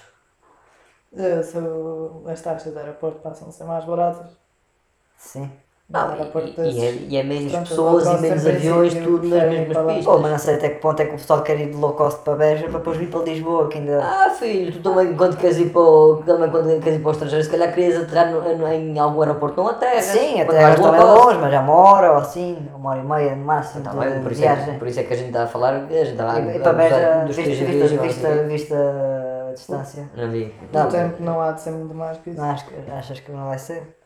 C: Eh, Se o- as taxas de aeroporto passam a ser mais baratas,
B: Sim.
A: Não,
C: Um aeroporto
A: e, e é,
C: desses,
A: e é menos
C: pronto,
A: pessoas e
C: low cost
A: menos
C: em princípio,
A: aviões, tudo nas
C: preferem ir para
A: mesmas
C: lá.
B: Pô,
A: pistas.
B: mas não sei até que ponto é que o pessoal quer ir de low cost para Beja para depois vir para Lisboa, que ainda.
A: Ah, filho, tu também quando queres ir para o, também quando queres ir para o estrangeiro, se calhar querias aterrar no- no- em algum aeroporto, não aterras.
B: Sim,
A: Quando
B: até
A: vais
B: agora também é
A: low cost.
B: longe, mas é uma hora ou assim, uma hora e meia no máximo
A: Tá
B: de,
A: bem,
B: de
A: por, isso é, que-
B: viagem.
A: por isso é que a gente está a falar, a gente estava a,
B: e, e
A: a
B: para Beja,
A: gozar dos
B: vista,
A: TGVs, não
B: vista,
A: sei o
B: vista,
A: quê.
B: vista a distância.
A: Não vi.
C: o
A: Não,
C: tempo não há de ser muito mais que isso.
B: Não acho que- achas que não vai ser?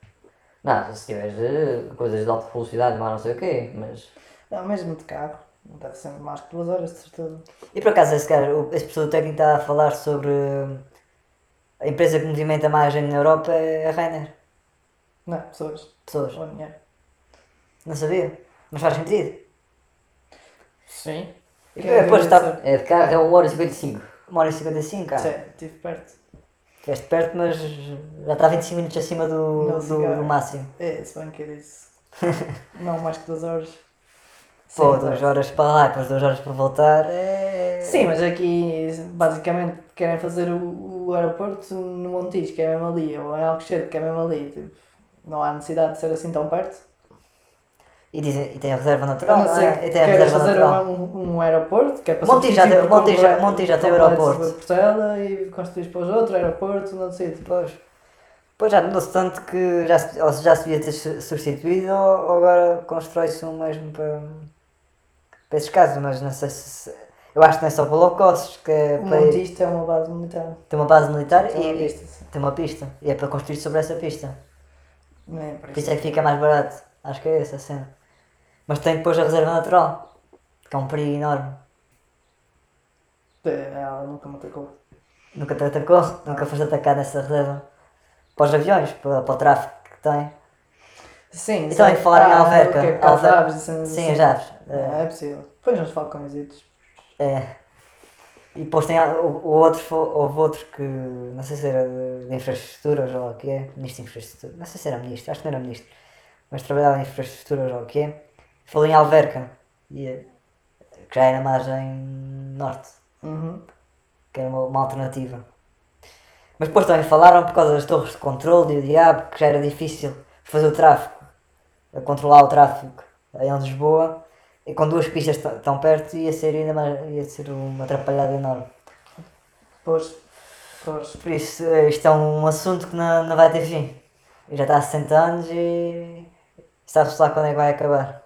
A: Não, se tiveres eh, coisas de alta velocidade, mas não sei o quê, mas.
C: Não, mesmo de carro, não deve ser mais que duas horas, de certeza.
B: E por acaso esse cara, o- esse pessoa técnico está a falar sobre hum, a empresa que movimenta mais gente na Europa é a Rainer.
C: Não, pessoas,
B: Pessoas.
C: ou dinheiro.
B: Não sabia? Mas faz sentido.
C: Sim.
B: E depois está
A: É de carro, é 1 hora e 55.
B: uma hora e 55, cara.
C: Sim, estive perto.
B: Estiveste perto, mas já está 25 minutos acima do,
C: Não,
B: do,
C: cigarro.
B: do máximo.
C: É, se bem que era isso. não mais que duas horas.
B: Pô,
C: Sim,
B: duas
C: claro.
B: horas para lá, depois duas horas para voltar é.
C: Sim, mas aqui basicamente querem fazer o, o aeroporto no Montijo, que é mesmo ali, ou em Alcochete, que é mesmo ali. Tipo, não há necessidade de ser assim tão perto.
B: E, dizem, e tem a reserva
C: A
B: natural.
C: não ser
B: ah,
C: que
B: e tem a
C: é. queres
B: reserva
C: fazer
B: natural.
C: um, um aeroporto, que é para ser
B: Montijo já
C: preciso
B: tem-
C: por
B: Montijo já-
C: completo-
B: Montijo já tem o
C: completo
B: aeroporto.
C: de Portela e construís para os outros, aeroporto, não sei. Tipo,
B: Pois. Pois já mudou-se tanto que já, se- ou se já se devia ter su- substituído ou, ou agora constrói-se um mesmo para, para esses casos, mas não sei se. se- eu acho que não é só para low cost, que é
C: o
B: para
C: Montijo tem uma base Então, é militar.
B: ter uma base militar
C: Um Tem uma
B: e
C: vista, sim.
B: tem uma pista. E é para construir sobre essa pista.
C: Não é por
B: Por
C: isso.
B: isso é que fica mais barato. Acho que é essa a cena. Mas tem depois a reserva natural, que é um perigo enorme.
C: É, Ela nunca me atacou.
B: Nunca te atacou, nunca foste atacado nessa reserva. Para os aviões, para, para o tráfego que tem.
C: Sim,
B: E também
C: sim.
B: falar em
C: Ah,
B: Alverca.
C: o que é que
B: Alver-
C: as aves e cenas
B: Sim,
C: assim.
B: as aves.
C: É, é possível. Depois uns falcõezitos.
B: É. E depois tem a- o, o outro, fo- houve outro que, não sei se era de, de infraestruturas ou lá o que é, ministro de infraestrutura, não sei se era ministro, acho que não era ministro, mas trabalhava em infraestruturas ou lá o que é, falou em Alverca, e, eh, que já era margem norte,
C: Uhum.
B: que era uma, uma alternativa. Mas depois também falaram por causa das torres de controle e o diabo, que já era difícil fazer o tráfego, a controlar o tráfego em Lisboa, e com duas pistas tão- tão perto ia ser ainda mais, ia ser uma atrapalhada enorme.
C: Pois. Pois.
B: Por isso, eh, isto é um assunto que não, não vai ter fim. E Já está há 60 anos e sabe-se lá quando é que vai acabar.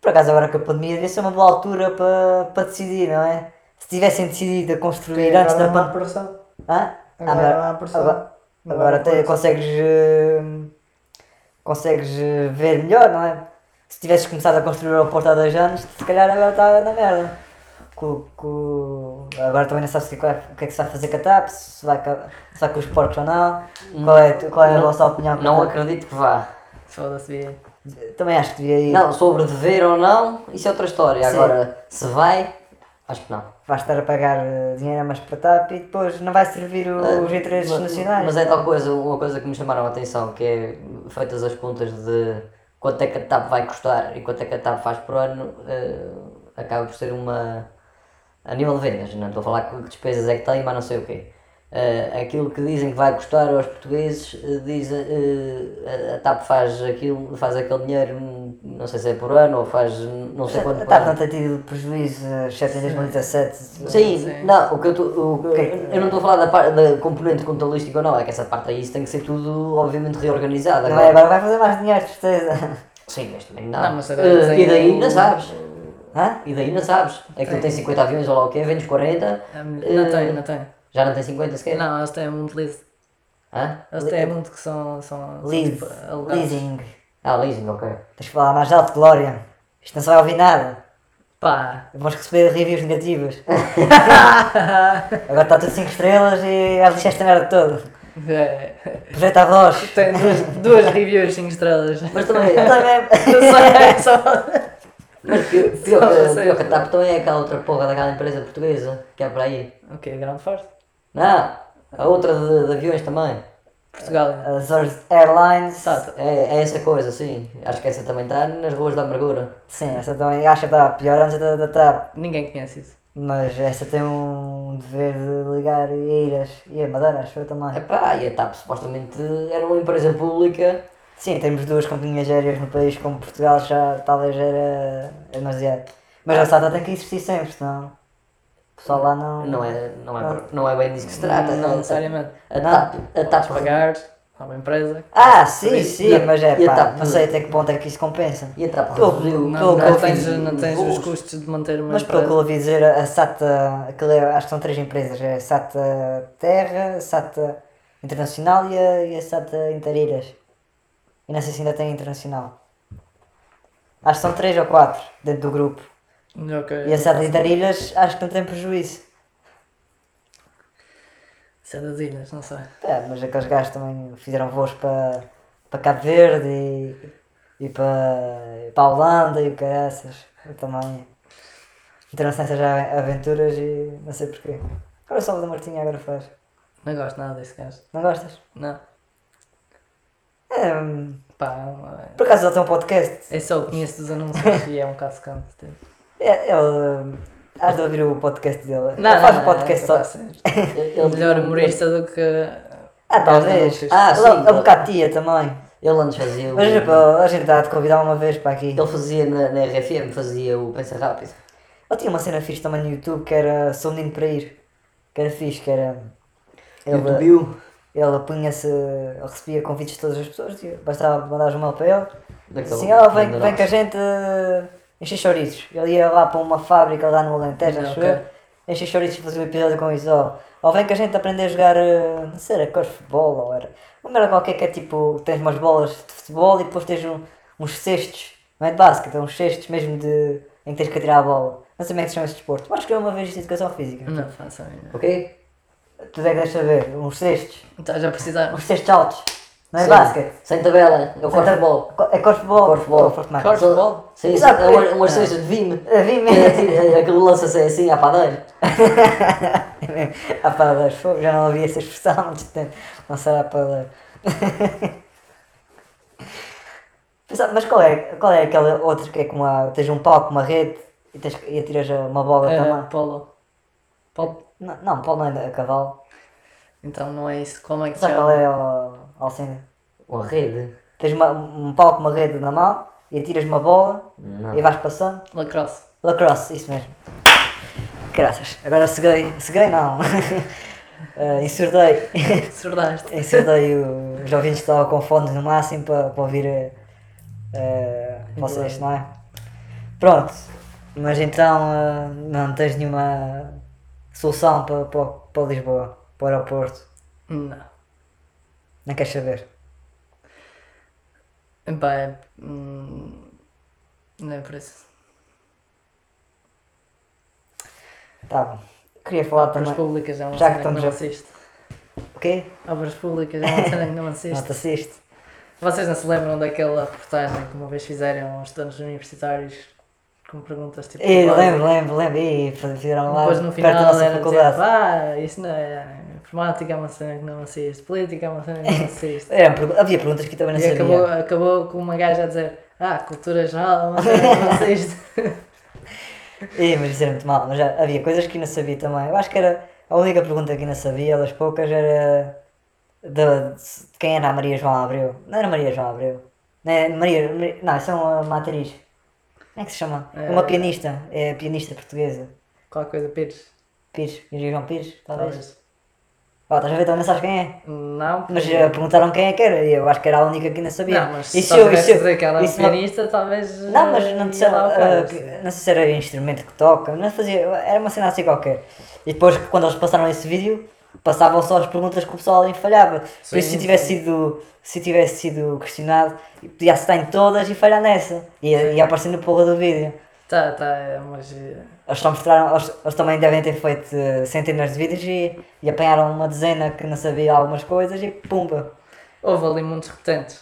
B: Por acaso, agora com a pandemia, devia ser uma boa altura para, para decidir, não é? Se tivessem decidido a construir
C: Agora
B: antes da
C: não há
B: pandemia.
C: pressão.
B: Hã?
C: Agora
B: Ah, Agora-
C: não há pressão.
B: agora-
C: Não
B: Agora
C: há
B: até
C: pressão.
B: consegues, eh, consegues eh, ver melhor, não é? Se tivesses começado a construir o aeroporto há dois anos, se calhar agora estava na merda. Co- co- Agora também não sabes o que, é que vai- o que é que se vai fazer com a TAP, se vai, ca- se vai com os porcos ou não. Qual é, qual é a
A: Hum. Não-
B: vossa opinião?
A: Não acredito que vá.
C: Foda-se, Bia.
B: Também acho que devia ir.
A: Não, sobre dever ou não, isso é outra história.
B: Sim.
A: Agora, se vai, acho que não.
B: Vais estar a pagar eh, dinheiro a mais para a TAP e depois não vai servir o- os interesses
A: Eh, Mas-
B: nacionais.
A: Mas é tal coisa, uma coisa que me chamaram a atenção, que é feitas as contas de quanto é que a TAP vai custar e quanto é que a TAP faz por ano, eh, acaba por ser uma. A nível de vendas, não é? estou a falar que despesas é que tem, mas não sei o quê. Eh, aquilo que dizem que vai custar aos portugueses, eh, dizem, eh, a- a TAP faz, aquilo, faz aquele dinheiro, hum, não sei se é por ano ou faz não sei quanto
B: a
A: por
B: TAP
A: ano.
B: não tem tido prejuízo, eh, exceto em 2017.
A: Sim,
C: Sim.
A: não, o que eu, tô, o que eu-
B: é. Ok.
A: eu não estou a falar da, par- da componente contabilística ou não, é que essa parte aí isso tem que ser tudo, obviamente, reorganizado.
B: Não é? Agora vai fazer mais dinheiro, de certeza.
A: Sim, mas também não.
C: Não, mas agora
A: Eh,
C: dizem
A: e daí
C: o-
A: não sabes.
B: Hã?
A: E daí não sabes. É que ele tem 50 aviões ou lá o quê, vendes 40.
C: É Não
A: eh,
C: tem, não tem.
A: Já não tem 50 sequer?
C: Não, eles têm um muito liso.
A: Hã?
C: Eles têm muito que são. são são,
B: Lease,
C: tipo, alugados.
B: leasing.
A: Ah, leasing, ok.
B: Tens de falar mais alto, Glória. Isto não se vai ouvir nada.
C: Pá!
B: Vamos receber reviews negativas. Agora está tudo 5 estrelas e vai lixar esta merda toda.
C: É. [LAUGHS]
B: Projeta a voz.
C: Tem duas, duas reviews 5 estrelas. [LAUGHS]
A: Mas também. [LAUGHS]
B: Eu também-
C: Não sei, é só.
A: mas
C: [LAUGHS]
A: pior, pior, que,
C: Só-
A: pior que a TAP também é aquela outra porra daquela empresa portuguesa que é por aí.
C: Ok, grande forte.
A: Não, a outra de, de aviões também.
C: Portugal.
B: Azores Airlines.
C: Sato.
A: É, é essa coisa, sim. Acho que essa também está nas ruas da amargura.
B: Sim, essa também acho que está pior antes da, da TAP.
C: Ninguém conhece isso.
B: Mas essa tem um dever de ligar e a ilhas. E a Madeira, acho eu também.
A: Epá, e a TAP supostamente era uma empresa pública.
B: Sim, temos duas companhias aéreas no país, como Portugal já talvez era demasiado. Mas a SATA tem que existir sempre, senão o pessoal lá não.
A: Não é, não, é, não é bem disso que se trata.
C: Ah. Não
A: A-
C: necessariamente.
A: A, a TAP. A
C: Estás
A: TAP
C: a pagar a uma empresa.
B: Ah, sim,
A: Serviço.
B: sim, mas é
A: E a
B: pá,
A: TAP?
B: não sei até que ponto é que isso compensa.
A: E a TAP
B: Pelo-
A: reduziu.
B: pelo
C: Não,
B: que
C: não
B: eu
C: tens,
B: vi-
C: não tens
A: voos.
C: os custos de manter uma
B: Mas
A: é
B: pelo que eu
C: empresa.
B: ouvi dizer, a SATA, aquilo é, acho que são três empresas: é a SATA Terra, a SATA Internacional e a, e a SATA Interilhas. E não sei se ainda tem Internacional. Acho que são três ou quatro dentro do grupo.
C: Ok.
B: E é a SATA Interilhas acho que não tem prejuízo.
C: Isso é das ilhas, não sei.
B: É, mas aqueles gajos também fizeram voos para, para Cabo Verde e, e para, e para a Holanda e o caraças. Eu também. Entraram-se nessas a- aventuras e não sei porquê. Agora só o da Martinha agora faz.
C: Não gosto nada desse gajo.
B: Não gostas?
C: Não.
B: É, hum,
C: Pá,
B: por acaso ele tem um podcast.
C: é só o conheço dos anúncios e é um bocado secante. tipo.
B: É, ele. hum, Has de ouvir o podcast dele.
C: Não,
B: ele faz
C: não,
B: um
C: não,
B: podcast
C: é capaz
B: só.
C: de ser.
A: Ele,
C: Melhor é humorista do que.
B: Ah, talvez.
C: Não, não,
A: não.
B: Ah,
A: Ah,
B: ele
A: sim,
B: é- é um
A: tá.
B: bocado tia também.
A: ele antes fazia o.
B: Mas tipo, a gente dá de convidar uma vez para aqui.
A: Ele fazia na, na RFM, fazia o Pensa Rápido.
B: Ele tinha uma cena fixe também no YouTube que era Sou Menino para Ir. Que era fixe, que era.
A: YouTube.
B: Ele punha-se. Ele recebia convites de todas as pessoas, tinha- bastava mandar um mail para ele.
A: Daquele-
B: Assim, ó, vem,
A: Mandar
B: vem
A: um-
B: que a gente eh, encher chouriços. Ele ia lá para uma fábrica lá no Alentejo, acho
C: Ok.
B: eu. Encher chouriços e fazer um episódio com isso, ó. Ó, vem que a gente aprende a jogar, eh, não sei, era cor de futebol ou era. Uma merda qualquer que é tipo, tens umas bolas de futebol e depois tens um- uns cestos, não é de basquete, é uns cestos mesmo de. em que tens que atirar a bola. Não sei como é que se chama esse desporto. Acho que eu uma vez disse educação física.
C: Não faço a mínima.
A: Ok?
B: Tu é que deixas saber, uns cestos,
C: Estás a precisar.
B: uns cestos altos, não é
A: Sim.
B: basquete.
A: Sem tabela, eu corto futebol.
B: É cor de futebol.
A: Cor de futebol.
B: Forte mais.
C: Cor de futebol?
A: Sim, sim,
B: Exato.
A: é umas- umas cestas de
C: [LAUGHS]
A: vinho.
B: É vinho.
A: É assim, é- Aquele lança-se assim à padeira.
B: [LAUGHS] a palavra fogo, já não havia essa expressão [LAUGHS] há muito tempo. Não será a palavra. [LAUGHS] Mas sabe- Mas qual é, qual é aquela outra que é como a, tens um palco, uma rede e, tens, que- e atiras a- uma bola
C: É,
B: também?
C: Polo. Polo.
B: Não, não, polo não é a cavalo.
C: Então não é isso. Como é que se
B: Sabe qual
C: chama?
B: é a Alcina?
A: Uma rede.
B: Tens uma- um palco, uma rede na mão e atiras uma bola
A: Não.
B: e vais passando.
C: Lacrosse.
B: Lacrosse, isso mesmo. Graças. Agora ceguei. Ceguei não. [LAUGHS] Eh, ensurdei. [LAUGHS]
C: Surdaste.
B: Ensurdei o- os ouvintes que estavam com fones no máximo para, para ouvir eh, eh, vocês, não é? Pronto. Mas então eh, não tens nenhuma solução para, para, para Lisboa, para o aeroporto.
C: Não.
B: Não queres saber?
C: Epá, é. hum, Não é por isso.
B: Tá bom. Queria falar
C: Obras
B: também.
C: públicas é uma
B: Já que
C: cena que não
B: estamos
C: assiste.
B: O quê?
C: Obras públicas é uma cena que
B: [LAUGHS]
C: não assiste.
B: Não te assiste?
C: Vocês não se lembram daquela reportagem que uma vez fizeram aos estudantes universitários com perguntas tipo.
B: Ih,
C: qual-
B: lembro, lembro, lembro. Ih, fizeram lá
C: Depois no
B: perto da
C: final
B: nossa
C: era dizer,
B: faculdade.
C: ah, isso não é. Informática é uma cena que não assiste, política é uma cena
B: [LAUGHS]
C: que não assiste.
B: Eram É, um pergu- havia perguntas que eu também não
C: E
B: sabia.
C: acabou, acabou com uma gaja a dizer, ah, cultura geral é uma cena que não assiste.
B: [LAUGHS] Ih, mas isso era muito mal. Mas já havia coisas que eu não sabia também. Eu acho que era a única pergunta que eu não sabia, das poucas, era da- de, quem era a Maria João Abreu. Não era Maria João Abreu. Não, é Maria, Maria- não isso é uma, uma atriz. Como é que se chama? É uma pianista. É pianista portuguesa.
C: Qualquer coisa, Pires.
B: Pires. Maria João Pires, talvez.
C: Talvez.
B: Ó, estás a ver? Também não sabes quem é.
C: Não,
B: Mas
C: porque-
B: eh, perguntaram quem é que era e eu acho que era a única que não sabia.
C: Não, mas
B: E
C: se
B: se
C: só
B: eu- e
C: tivesse
B: se eu-
C: dizer que ela
B: e
C: é
B: se não-
C: pianista, talvez...
B: Não, mas não,
C: eh,
B: sei,
C: ia lá ao
B: ah,
C: caso.
B: que- não sei se era o instrumento que toca, não fazia, era uma cena assim qualquer. E depois, quando eles passaram esse vídeo, passavam só as perguntas que o pessoal ali falhava. Por isso, se
C: Sim,
B: tivesse sido, se tivesse sido questionado, podia estar em todas e falhar nessa. E ia aparecendo porra do vídeo.
C: Tá, tá, é, mas... eh,
B: Eles, só mostraram, eles, eles também devem ter feito eh, centenas de vídeos e, e apanharam uma dezena que não sabia algumas coisas e pumba.
C: Houve ali muitos repetentes.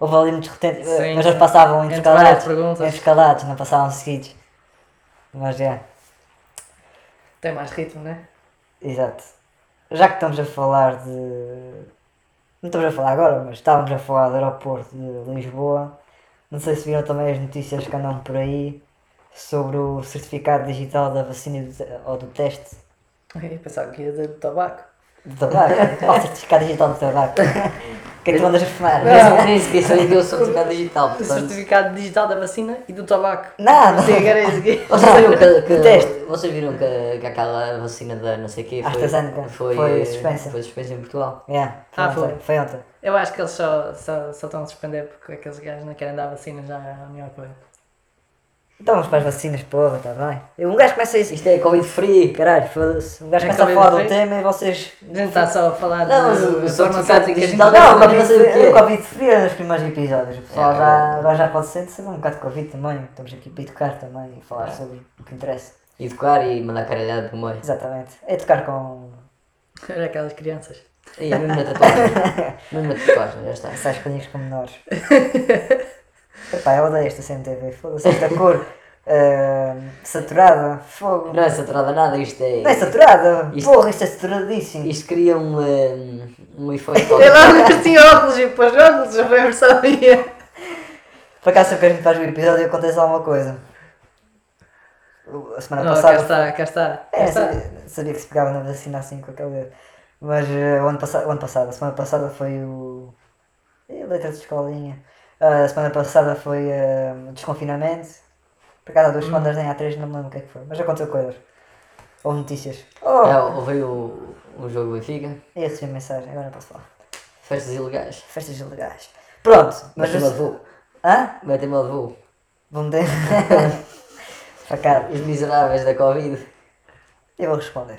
B: Houve ali muitos retentes,
C: Sim.
B: mas eles passavam
C: Entre
B: intercalados,
C: várias perguntas.
B: intercalados, não passavam seguidos. Mas é,
C: Tem mais ritmo, né? [LAUGHS]
B: exato. Já que estamos a falar de. Não estamos a falar agora, mas estávamos a falar do aeroporto de Lisboa. Não sei se viram também as notícias que andam por aí sobre o certificado digital da vacina e do te- ou do teste
C: Eu pensava que ia dizer do tabaco.
B: do
A: [LAUGHS]
B: tabaco. Qual certificado digital do tabaco? O que é que tu andas a fumar?
A: Nem- Nem sequer sabia que eu sou certificado digital,
C: O
A: portanto.
C: certificado digital da vacina e do tabaco.
B: Nada!
C: Sim, era isso aqui.
A: Vocês viram que, que-
B: Teste.
A: vocês viram que, que aquela vacina da não sei o quê
B: AstraZeneca.
A: foi, foi, eh,
B: Foi suspensa.
A: foi suspensa em Portugal?
B: Yeah, foi,
C: Ah,
B: ontem,
C: foi.
B: foi ontem.
C: Eu acho que eles só, só, só estão a suspender porque aqueles gajos não querem dar vacina já é a melhor coisa.
B: Então vamos para as vacinas, porra, tá bem. Um gajo começa isso.
A: Isto é Covid free.
B: Caralho, foda-se. Um gajo
C: É
B: começa a
C: Covid
B: falar do
C: free?
B: tema e vocês.
C: A gente está só a falar
A: Não, mas o- o
C: de
A: certificado
C: farmacêuticas.
A: digital-
C: Não,
B: Não, o
A: Covid
B: Covid
A: free-
B: frio,
A: o
B: o Covid frio é nos primeiros episódios. O pessoal
A: É,
B: já, agora já pode ser, saber um bocado de Covid também. Estamos aqui para educar também e
A: É.
B: falar sobre o que interessa.
A: Educar e mandar caralhada por meio.
B: Exatamente. É tocar com.
C: Era aquelas crianças.
A: E mesmo na
B: [LAUGHS]
A: tatuagem. mesmo na tatuagem, já está. [LAUGHS]
B: essas coisas com menores. Epá, eu odeio esta CMTV, foda-se esta cor. ah, saturada, fogo.
A: Não é saturada nada, isto é.
B: Não é saturada?
A: Isto-
B: Porra, isto é saturadíssimo.
A: Isto cria um, eh, um
B: [LAUGHS]
A: efeito.
C: Eu lá tinha óculos e pôs óculos, eu mesmo sabia.
B: Por acaso, sempre que a gente faz o episódio, acontece alguma coisa. A semana
C: Não, cá
B: passada.
C: está, cá está. Cá
B: É,
C: está.
B: sabia, sabia que se pegava na vacina assim com aquele dedo. Mas eh, o, ano passa- o ano passado, a semana passada foi o. eh, Letra de escolinha. Ah, a semana passada foi eh, o desconfinamento. Por cada
A: Hum.
B: duas semanas nem há três, não me lembro o que é que foi. Mas aconteceu coisas. Houve notícias. Oh!
A: É, ouvi o, o jogo do Benfica,
B: Eu recebi mensagem, agora não posso falar.
A: festas ilegais.
B: Festas ilegais. Pronto, mas.
A: Metem-me a voo.
B: Hã?
A: Metem-me a voo.
B: Vou-me [LAUGHS] de... Facada.
A: Os miseráveis da Covid.
B: Eu vou responder.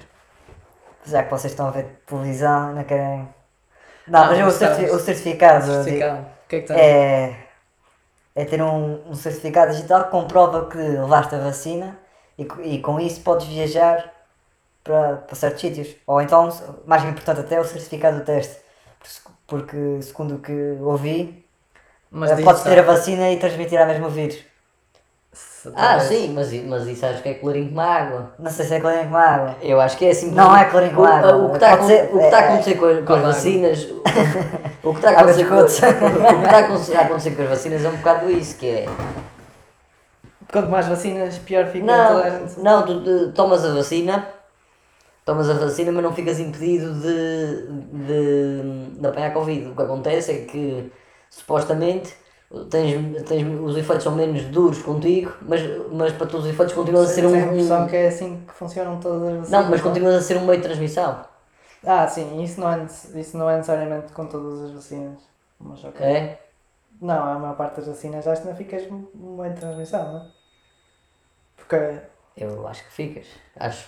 B: Já que vocês estão a ver televisão, não querem. Não,
C: Ah,
B: mas eu, o,
C: mas sabes-
B: certifi- o certificado.
C: Sofisticado. O que é que
B: de-
C: tem?
B: É, é ter um, um certificado digital que comprova que levaste a vacina e, co- e com isso podes viajar para, para certos sítios. Ou então, se- mais importante até, o certificado do teste. Porque se- Porque, segundo o que ouvi, eh,
C: Mas diz, tá.
B: podes ter a
C: sabe?
B: vacina e transmitir a mesmo vírus.
A: Ah, sim, mas, i- mas isso acho que é colorinho com água.
B: Não sei se é clarinho com a água.
A: Eu acho que é assim.
B: Não é colorinho com
A: O-
B: água.
A: O, que está a
B: Pode ser-
A: acon- o que está a
B: é-
A: acontecer com, a- com as
C: água.
A: vacinas.
B: [LAUGHS]
A: o- O que está a
B: Água de
A: acontecer com, o que
B: esgoto.
A: está a acontecer- a acontecer com as vacinas é um bocado isso, que é.
C: Quanto mais vacinas, pior fica toda a
A: Não,
C: gente.
A: não tu, tu tomas a vacina, tomas a vacina, mas não ficas impedido de, de, de apanhar Covid. O que acontece é que supostamente tens, tens, os efeitos são menos duros contigo, mas, mas para todos os efeitos continuas a ser
C: Tenho a
A: um.
C: impressão
A: um
C: que é assim que funcionam todas as vacinas.
A: não, mas continuas a ser um meio de transmissão.
C: Ah, sim, isso não, é, nece- isso não é necessariamente com todas as vacinas. Mas ok.
A: É?
C: Não, a maior parte das vacinas acho que não ficas mu- muito em transmissão, não é? Porque a
A: Eu acho que ficas. Acho.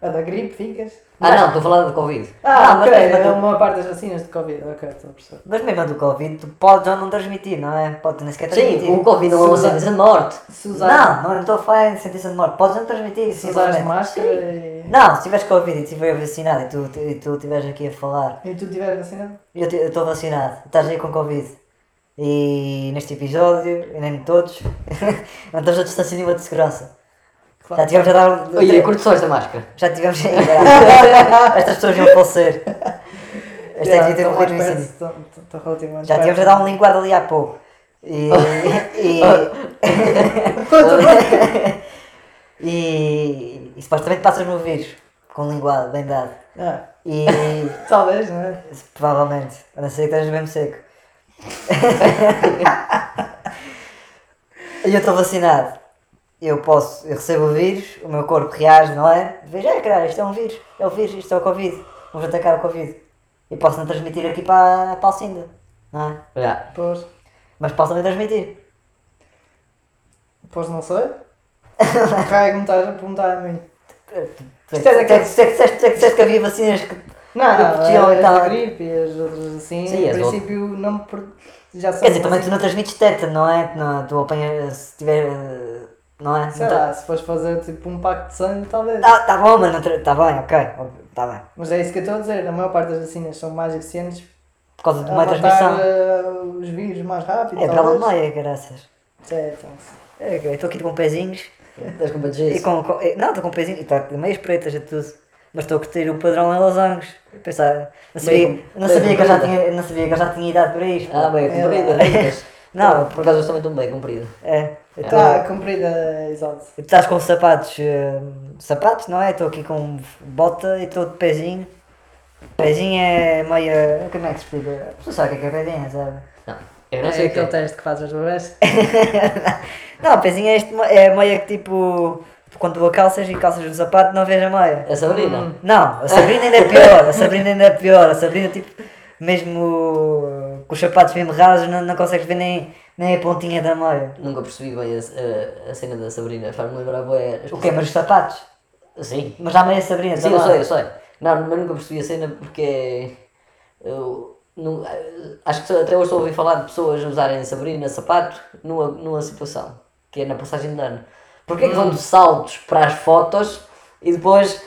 C: da gripe ficas.
A: Ah não, estou a falar de Covid.
C: Ah,
B: Ah, mas
C: ok,
B: tens
C: a
B: muito-
C: maior parte das vacinas de Covid, ok, estou a perceber.
B: Mas mesmo a do Covid, tu podes ou não transmitir, não é? Podes nem sequer transmitir.
A: Sim, o Covid não é uma
C: Sim.
A: sentença de morte.
C: Se
B: Não,
C: usares,
B: não, não estou a falar em sentença de morte. Podes não transmitir,
C: se usares
B: simplesmente.
C: máscara e,
B: Não, se tiveres Covid e estiver vacinado e tu, e tu estiveres aqui a falar,
C: e assim, tu tiveres vacinado,
B: eu te- eu estou vacinado, estás aí com Covid. E neste episódio, e nem todos, [LAUGHS] não estamos a distância nenhuma de segurança.
C: Claro.
B: Já tivemos a dar.
A: Olha, curto só esta máscara.
B: Já tivemos. [LAUGHS] Estas pessoas iam
A: [LAUGHS]
B: falecer. Este é
C: já,
B: aqui tem
A: então
C: estão
B: um ritmo
C: mais perto,
B: incêndio.
C: estão- estão- estão relativamente
B: Já tivemos a
C: perto. né?
B: dar um linguado ali há pouco. E. e, [LAUGHS] e, e supostamente passas no vírus. Com um linguado bem dado.
C: Ah,
B: E.
C: talvez, não é?
B: provavelmente. A não ser que estejas mesmo seco. e eu estou vacinado. Eu posso. Eu recebo o vírus, o meu corpo reage, não é? Veja, é, caralho, isto é um vírus. É o vírus, isto é o Covid. Vamos atacar o Covid. E posso não transmitir aqui para, para a Alcinda. Não é?
A: Já.
C: Pois,
B: Mas posso também transmitir.
C: pois não sei. Raio que me estás a perguntar a mim.
B: Tu é que- tu é que tu é que disseste tu é que disseste que havia vacinas que.
C: Não,
B: que protegiam e
C: não,
B: tipo, tal.
C: a é gripe e as outras assim,
A: Sim,
C: em
A: as outras.
C: princípio não me per... já são assim,
B: Quer dizer, também tu
C: vacinas.
B: não transmites tétano, não é? Tu Não, tu apanhas. Se tiver. eh, Não é?
C: Sei
B: Não tra-
C: lá, se fores fazer tipo um pacto de sangue, talvez.
B: Tá, tá bom, mas não tra- tá bem, ok. Tá bem.
C: Mas é isso que eu estou a dizer, a maior parte das vacinas são mais eficientes
B: Por causa de
C: a
B: uma
C: matar
B: transmissão.
C: eh, os vírus mais rápido.
B: É bela
C: eh, talvez.
B: meia, graças.
C: É, então.
B: É, ok, Estou aqui com pezinhos.
A: Estás com
B: E
A: patogênese.
B: com, com- eh, não, estou com pezinhos. E está de meias pretas e tudo. Mas estou a curtir o padrão em losangos. Pensar, não sabia,
A: Meio-
B: não, sabia
A: meio
B: que eu já
A: comprida.
B: tinha, não sabia que eu já tinha idade para isto.
A: Ah, bem, comprida, ricas.
B: Não,
A: Por acaso eu também estou bem comprido.
B: é. eu estou-
C: Está comprida, Tá exato.
B: Tu Estás com sapatos. eh, sapatos, não é? Estou aqui com bota e estou de pezinho. Pezinho é meia. Como é que se explica? A pessoa sabe o que é que é pezinho, sabe? [LAUGHS]
A: Não, eu não sei
C: é
A: o que é.
C: aquele teste que fazes aos bebés.
B: Não, pezinho é, este, mo- é a meia que tipo. Quando tu a calças e calças no sapato, não vês a meia.
A: A Sabrina?
B: Não, a Sabrina ainda é pior, a Sabrina ainda é pior, a Sabrina tipo, mesmo com os sapatos mesmo rasos não, não consegues ver nem, nem a pontinha da meia.
A: Nunca percebi bem a, a- a cena da Sabrina. Faz-me lembrar boé.
B: O quê? Mas os sapatos?
A: Sim.
B: Mas há meia Sabrina
A: Sim,
B: também.
A: eu sei, eu sei. Não, mas nunca percebi a cena porque. Eu, nu- acho que até hoje estou a ouvir falar de pessoas usarem Sabrina sapato numa, numa situação, que é na passagem de ano. Porquê é que
B: Hum.
A: vão de saltos para as fotos e depois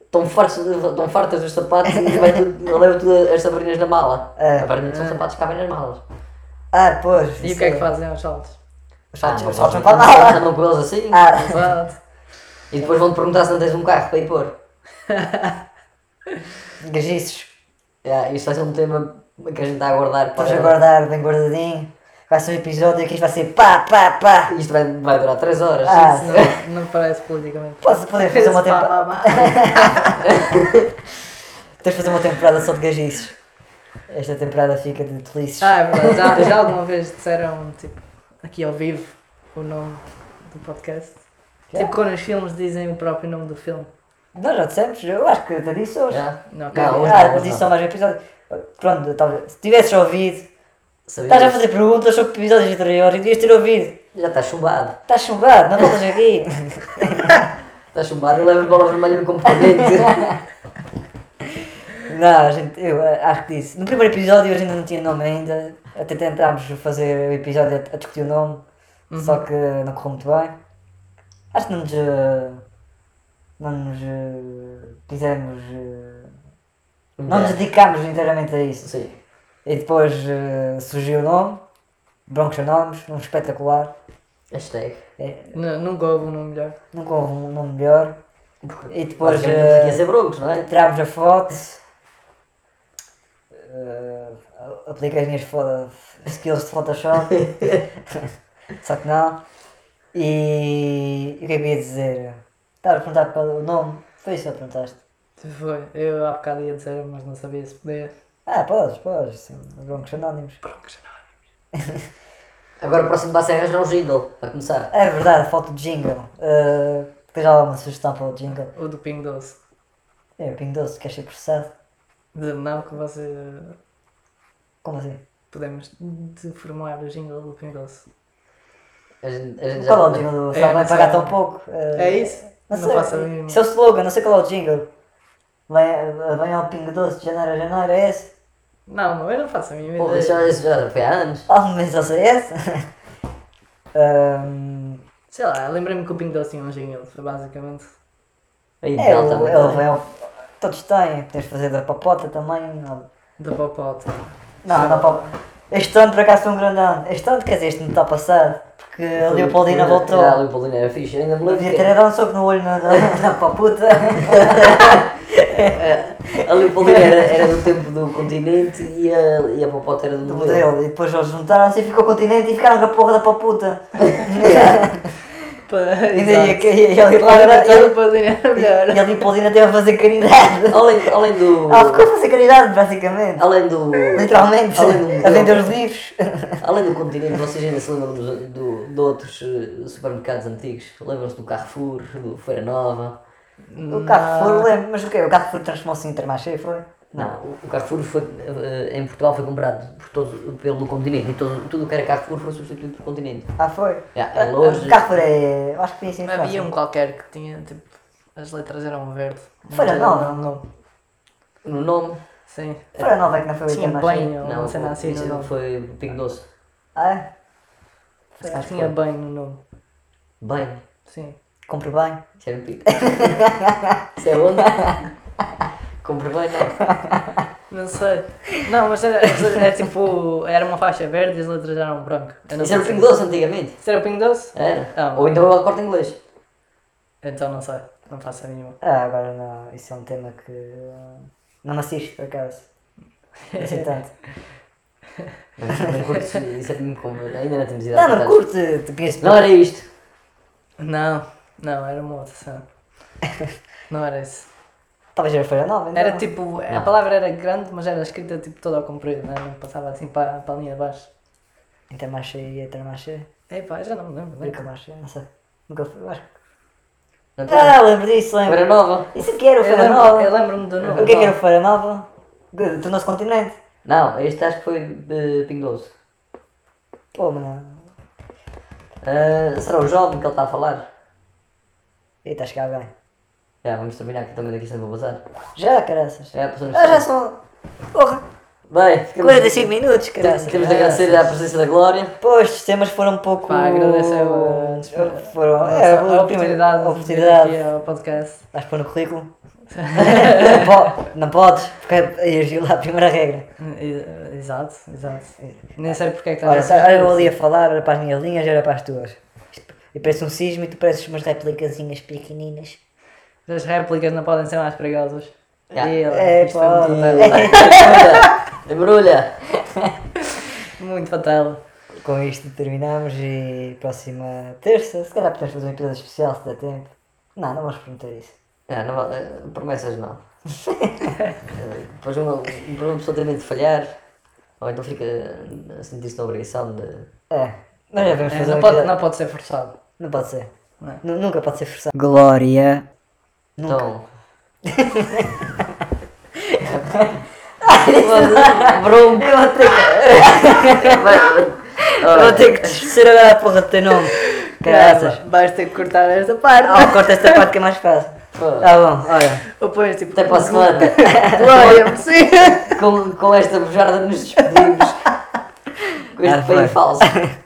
A: estão fartas, estão fartas dos sapatos e vai
B: [LAUGHS]
A: tudo, levam tudo as Sabrinas na mala?
B: É.
A: Aparentemente são sapatos que cabem nas malas.
B: Ah, pois.
C: E o
B: isso
C: que é que
B: é.
C: fazem aos saltos?
B: Os
A: Ah,
B: fatos
A: não
B: os fatos
A: vão-
B: são para nada.
A: Andam com eles assim.
B: Ah,
C: Exato.
A: E depois vão-te perguntar se não tens um carro para ir pôr.
B: gajices.
A: Yeah, isto vai ser um tema que a gente está a aguardar
B: Estás a
A: para.
B: guardar bem guardadinho. Vai ser um episódio que isto vai ser pá, pá, pá.
A: Isto vai, vai durar 3 horas.
B: Ah.
A: Isso-
C: Não, não parece politicamente.
B: Posso poder fazer uma
C: Esse pá,
B: temporada.
C: pá, pá.
B: Tens de fazer uma temporada só de gajices. Esta temporada fica de delícias.
C: Ah, é verdade. Já, já alguma vez disseram, tipo, aqui ao vivo, o nome do podcast? Tipo, quando os filmes dizem o próprio nome do filme.
B: Nós já dissemos, eu acho que até disse hoje.
A: Yeah.
C: Não,
B: Ah,
A: Não, hoje
B: ah,
A: hoje
B: mas isso são mais um episódio. Pronto, talvez. Se tivesses ouvido,
A: Sabias?
B: estás a fazer perguntas sobre episódios anteriores e devias ter ouvido.
A: Já está chumbado.
B: Estás chumbado, não voltas aqui.
A: [LAUGHS] Está chumbado e leva a bola vermelha no
B: [LAUGHS]
A: comportamento.
B: não, a gente, eu ah, acho que disse. No primeiro episódio a gente não tinha nome ainda. Até tentámos fazer o episódio a, a discutir o nome,
A: Uhum.
B: só que não correu muito bem. Acho que não nos. ah, não nos. ah, fizemos. ah, não nos dedicámos inteiramente a isso.
A: Um Sim.
B: E depois eh, surgiu o nome, Broncos Anónimos, um espetacular.
A: Hashtag.
B: Eh,
C: N- Nunca houve um nome melhor.
B: nunca houve um nome melhor. E depois
A: Basicamente estamos aqui a
B: eh,
A: ser broncos, não é?
B: tirámos a foto. eh, apliquei as minhas fo- skills de Photoshop.
C: [LAUGHS]
B: Só que não. E e o que é que eu ia dizer? Estava a perguntar pelo nome. Foi isso que perguntaste.
C: Tipo, Foi. Eu há bocado ia dizer, mas não sabia se podia.
B: Ah, podes, podes. Sim, Broncos Anónimos.
A: Agora o próximo passo é arranjar um jingle, para começar.
B: É verdade, falta o jingle. Eh, tens alguma sugestão para o jingle?
C: O do Ping Doce.
B: É, o Pingo Doce, quer ser processado?
C: De não que você
B: Como assim?
C: podemos deformar o jingle do Ping Doce.
A: A gente, a gente já-
B: Qual é o jingle?
C: É,
B: Só vai
C: não
B: pagar
C: sei.
B: tão pouco?
C: É
B: Eh,
C: isso?
B: Não,
C: não faço a
B: sei.
C: mínima.
B: Isso é o slogan, não sei qual é o jingle. Vem, vem ao Pingo Doce de janeiro a janeiro, é esse?
C: Não, não, eu não faço a mínima
A: Pô,
C: ideia.
A: já, isso já foi há anos.
B: Ah, mas não sei esse? Ahm,
C: Sei lá, lembrei-me que o Ping Doce tinha um jingle, foi basicamente.
A: Aí
B: é,
A: Delta
B: o,
A: também.
B: é o, é o- Todos têm, tens de fazer da papota também. Não,
C: Da Popota.
B: não, não papota. Este ano por acaso foi um grande ano. Este ano, quer dizer, este não está passado, porque a é Leopoldina voltou.
A: Já, a Leopoldina era fixe, ainda me
B: Eu
A: lembro.
B: devia ter dado um soco no olho na, na, na paputa.
A: A Leopoldina era, era do tempo do continente e a, e a Popota era do,
B: do
A: modelo.
B: modelo. E depois eles juntaram-se e ficou o continente e ficaram com a porra da paputa. E daí
C: [LAUGHS] Exato.
B: e- e- e ali lá era-
C: Claro,
B: e ali-
A: [LAUGHS]
C: era melhor.
B: e ali Paulina teve a fazer caridade.
A: Além, além do.
B: Ela Ah, ficou a fazer caridade, basicamente.
A: Além do.
B: Literalmente.
A: Além do
B: A
A: modelo.
B: vender os livros.
A: Além do continente, vocês ainda se lembram dos- do, de outros eh, supermercados antigos? Lembram-se do Carrefour, do Feira Nova?
B: O Carrefour, lembro. Mas o quê? O Carrefour transformou-se em Intermarché, foi?
A: Não, o- o Carrefour foi, eh, em Portugal foi comprado por todo, pelo continente e todo, tudo o que era Carrefour foi substituído por continente.
B: Ah, foi?
A: Já, é
B: Ah,
A: longe.
B: O Carrefour é... eu Acho que tinha sido
C: Não havia um qualquer que tinha, tipo, as letras eram verde.
B: Feira
C: Não tinha
B: Nova.
C: um nome.
A: No nome?
C: Sim.
B: Foi a nova que não foi o
C: Tinha um bem,
B: Intermarché.
C: ou não sei nada assim
A: isso
C: no nome.
A: foi Pingo Doce.
B: Ah,
A: Acho que
C: Tinha bem no nome.
A: Bem,
C: Sim.
B: compre bem.
A: isso era um
B: [LAUGHS]
A: pico. Isso é onde? Compre bem, né? não?
C: Não sei. Não, mas era, era tipo. Era uma faixa verde e as letras eram brancas. Eu não
A: Isso era o
C: sei
A: Pingo
C: se-
A: Doce antigamente.
C: Isso era o Pingo Doce?
A: Era.
C: Ah,
A: Ou então eu corte inglês.
C: Então não sei. Não faço a mínima.
B: Ah, agora não. Isso é um tema que... ah, Não me assiste, por acaso. Não sei tanto.
A: Mas não curtes, isso é mesmo como. Ainda não temos idade.
B: Não, Tipo, não
A: para
B: curto. Te conheço
A: Não era isto.
C: Não, não, era uma outra
A: [LAUGHS]
C: cena. Não era isso.
B: Talvez era Feira Nova, então.
C: Era tipo. A palavra era grande, mas era escrita tipo toda ao comprido, né? não passava assim para, para a linha de baixo.
B: Intermarché e Intermarché.
C: Epá, já não me lembro. né?
B: Intermarché, não sei. Nunca fui, acho que-
A: Não tem?
B: Ah, lembro disso, lembro.
A: Feira Nova?
B: Isso que era o
C: Eu
B: Feira
C: lembro- eu
B: Nova.
C: lembro-me do nome.
B: O que é que era o Feira Nova? Do do nosso continente.
A: Não, este acho que foi de Pingo Doce.
B: Pô, mano.
A: Ah, será o jovem que ele está a falar?
B: Eita, acho que há bem.
A: Já, vamos terminar aqui também daqui sem vou passar.
B: Já, caraças.
A: Já passamos.
B: Ah, já são. Porra,
A: Bem, ficamos-
B: 45 minutos, caraças.
A: Temos de agradecer à presença da Glória.
B: [LAUGHS] Pois, os temas foram um pouco.
C: Pá, agradeço eh, a,
B: Foram.
C: a,
B: É,
C: a,
B: a oportunidade.
C: oportunidade de vir
B: Oportunidade.
C: aqui ao podcast.
B: Vais pôr no currículo. [LAUGHS] Não, po- não podes, porque exigiu lá a primeira regra.
C: E- Exato, exato. Nem sei porque é que
B: Olha,
C: estás a
B: olha eu ali a falar, olha para as minhas linhas, olha para as tuas. E parece um sismo e tu pareces umas replicazinhas pequeninas.
C: As réplicas não podem ser mais perigosas.
A: Yeah.
C: E,
B: É,
C: isto é muito
B: pá.
C: fatal.
A: Embrulha!
C: Muito fatal.
B: Com isto terminamos e próxima terça, se calhar podemos fazer um episódio especial se der tempo. Não, não vamos prometer isso.
A: É, não vale- eh, promessas não. Eh, Depois uma, depois uma pessoa termina de falhar, ou então fica eh, a sentir-se na obrigação de.
B: É, nós já vamos
C: É,
B: fazer um
C: não, pode,
B: episódio-
C: não pode ser forçado.
B: Não pode ser.
C: Não. é.
B: Nu- Nunca pode ser forçado. Glória. [LAUGHS]
A: Então. [LAUGHS] Brum!
B: Eu vou ter que, eu vou ter que descer agora a porra do teu nome. Caraças.
C: Caramba, Vais ter que cortar esta parte.
B: Ah, corta esta parte que é mais fácil. Tá bom, olha.
C: Ou pões tipo.
A: Até para a semana!
C: Glória, sim.
A: Com, com esta bujarda nos despedimos. Com
B: Ah,
A: este
B: foi.
A: peito falso.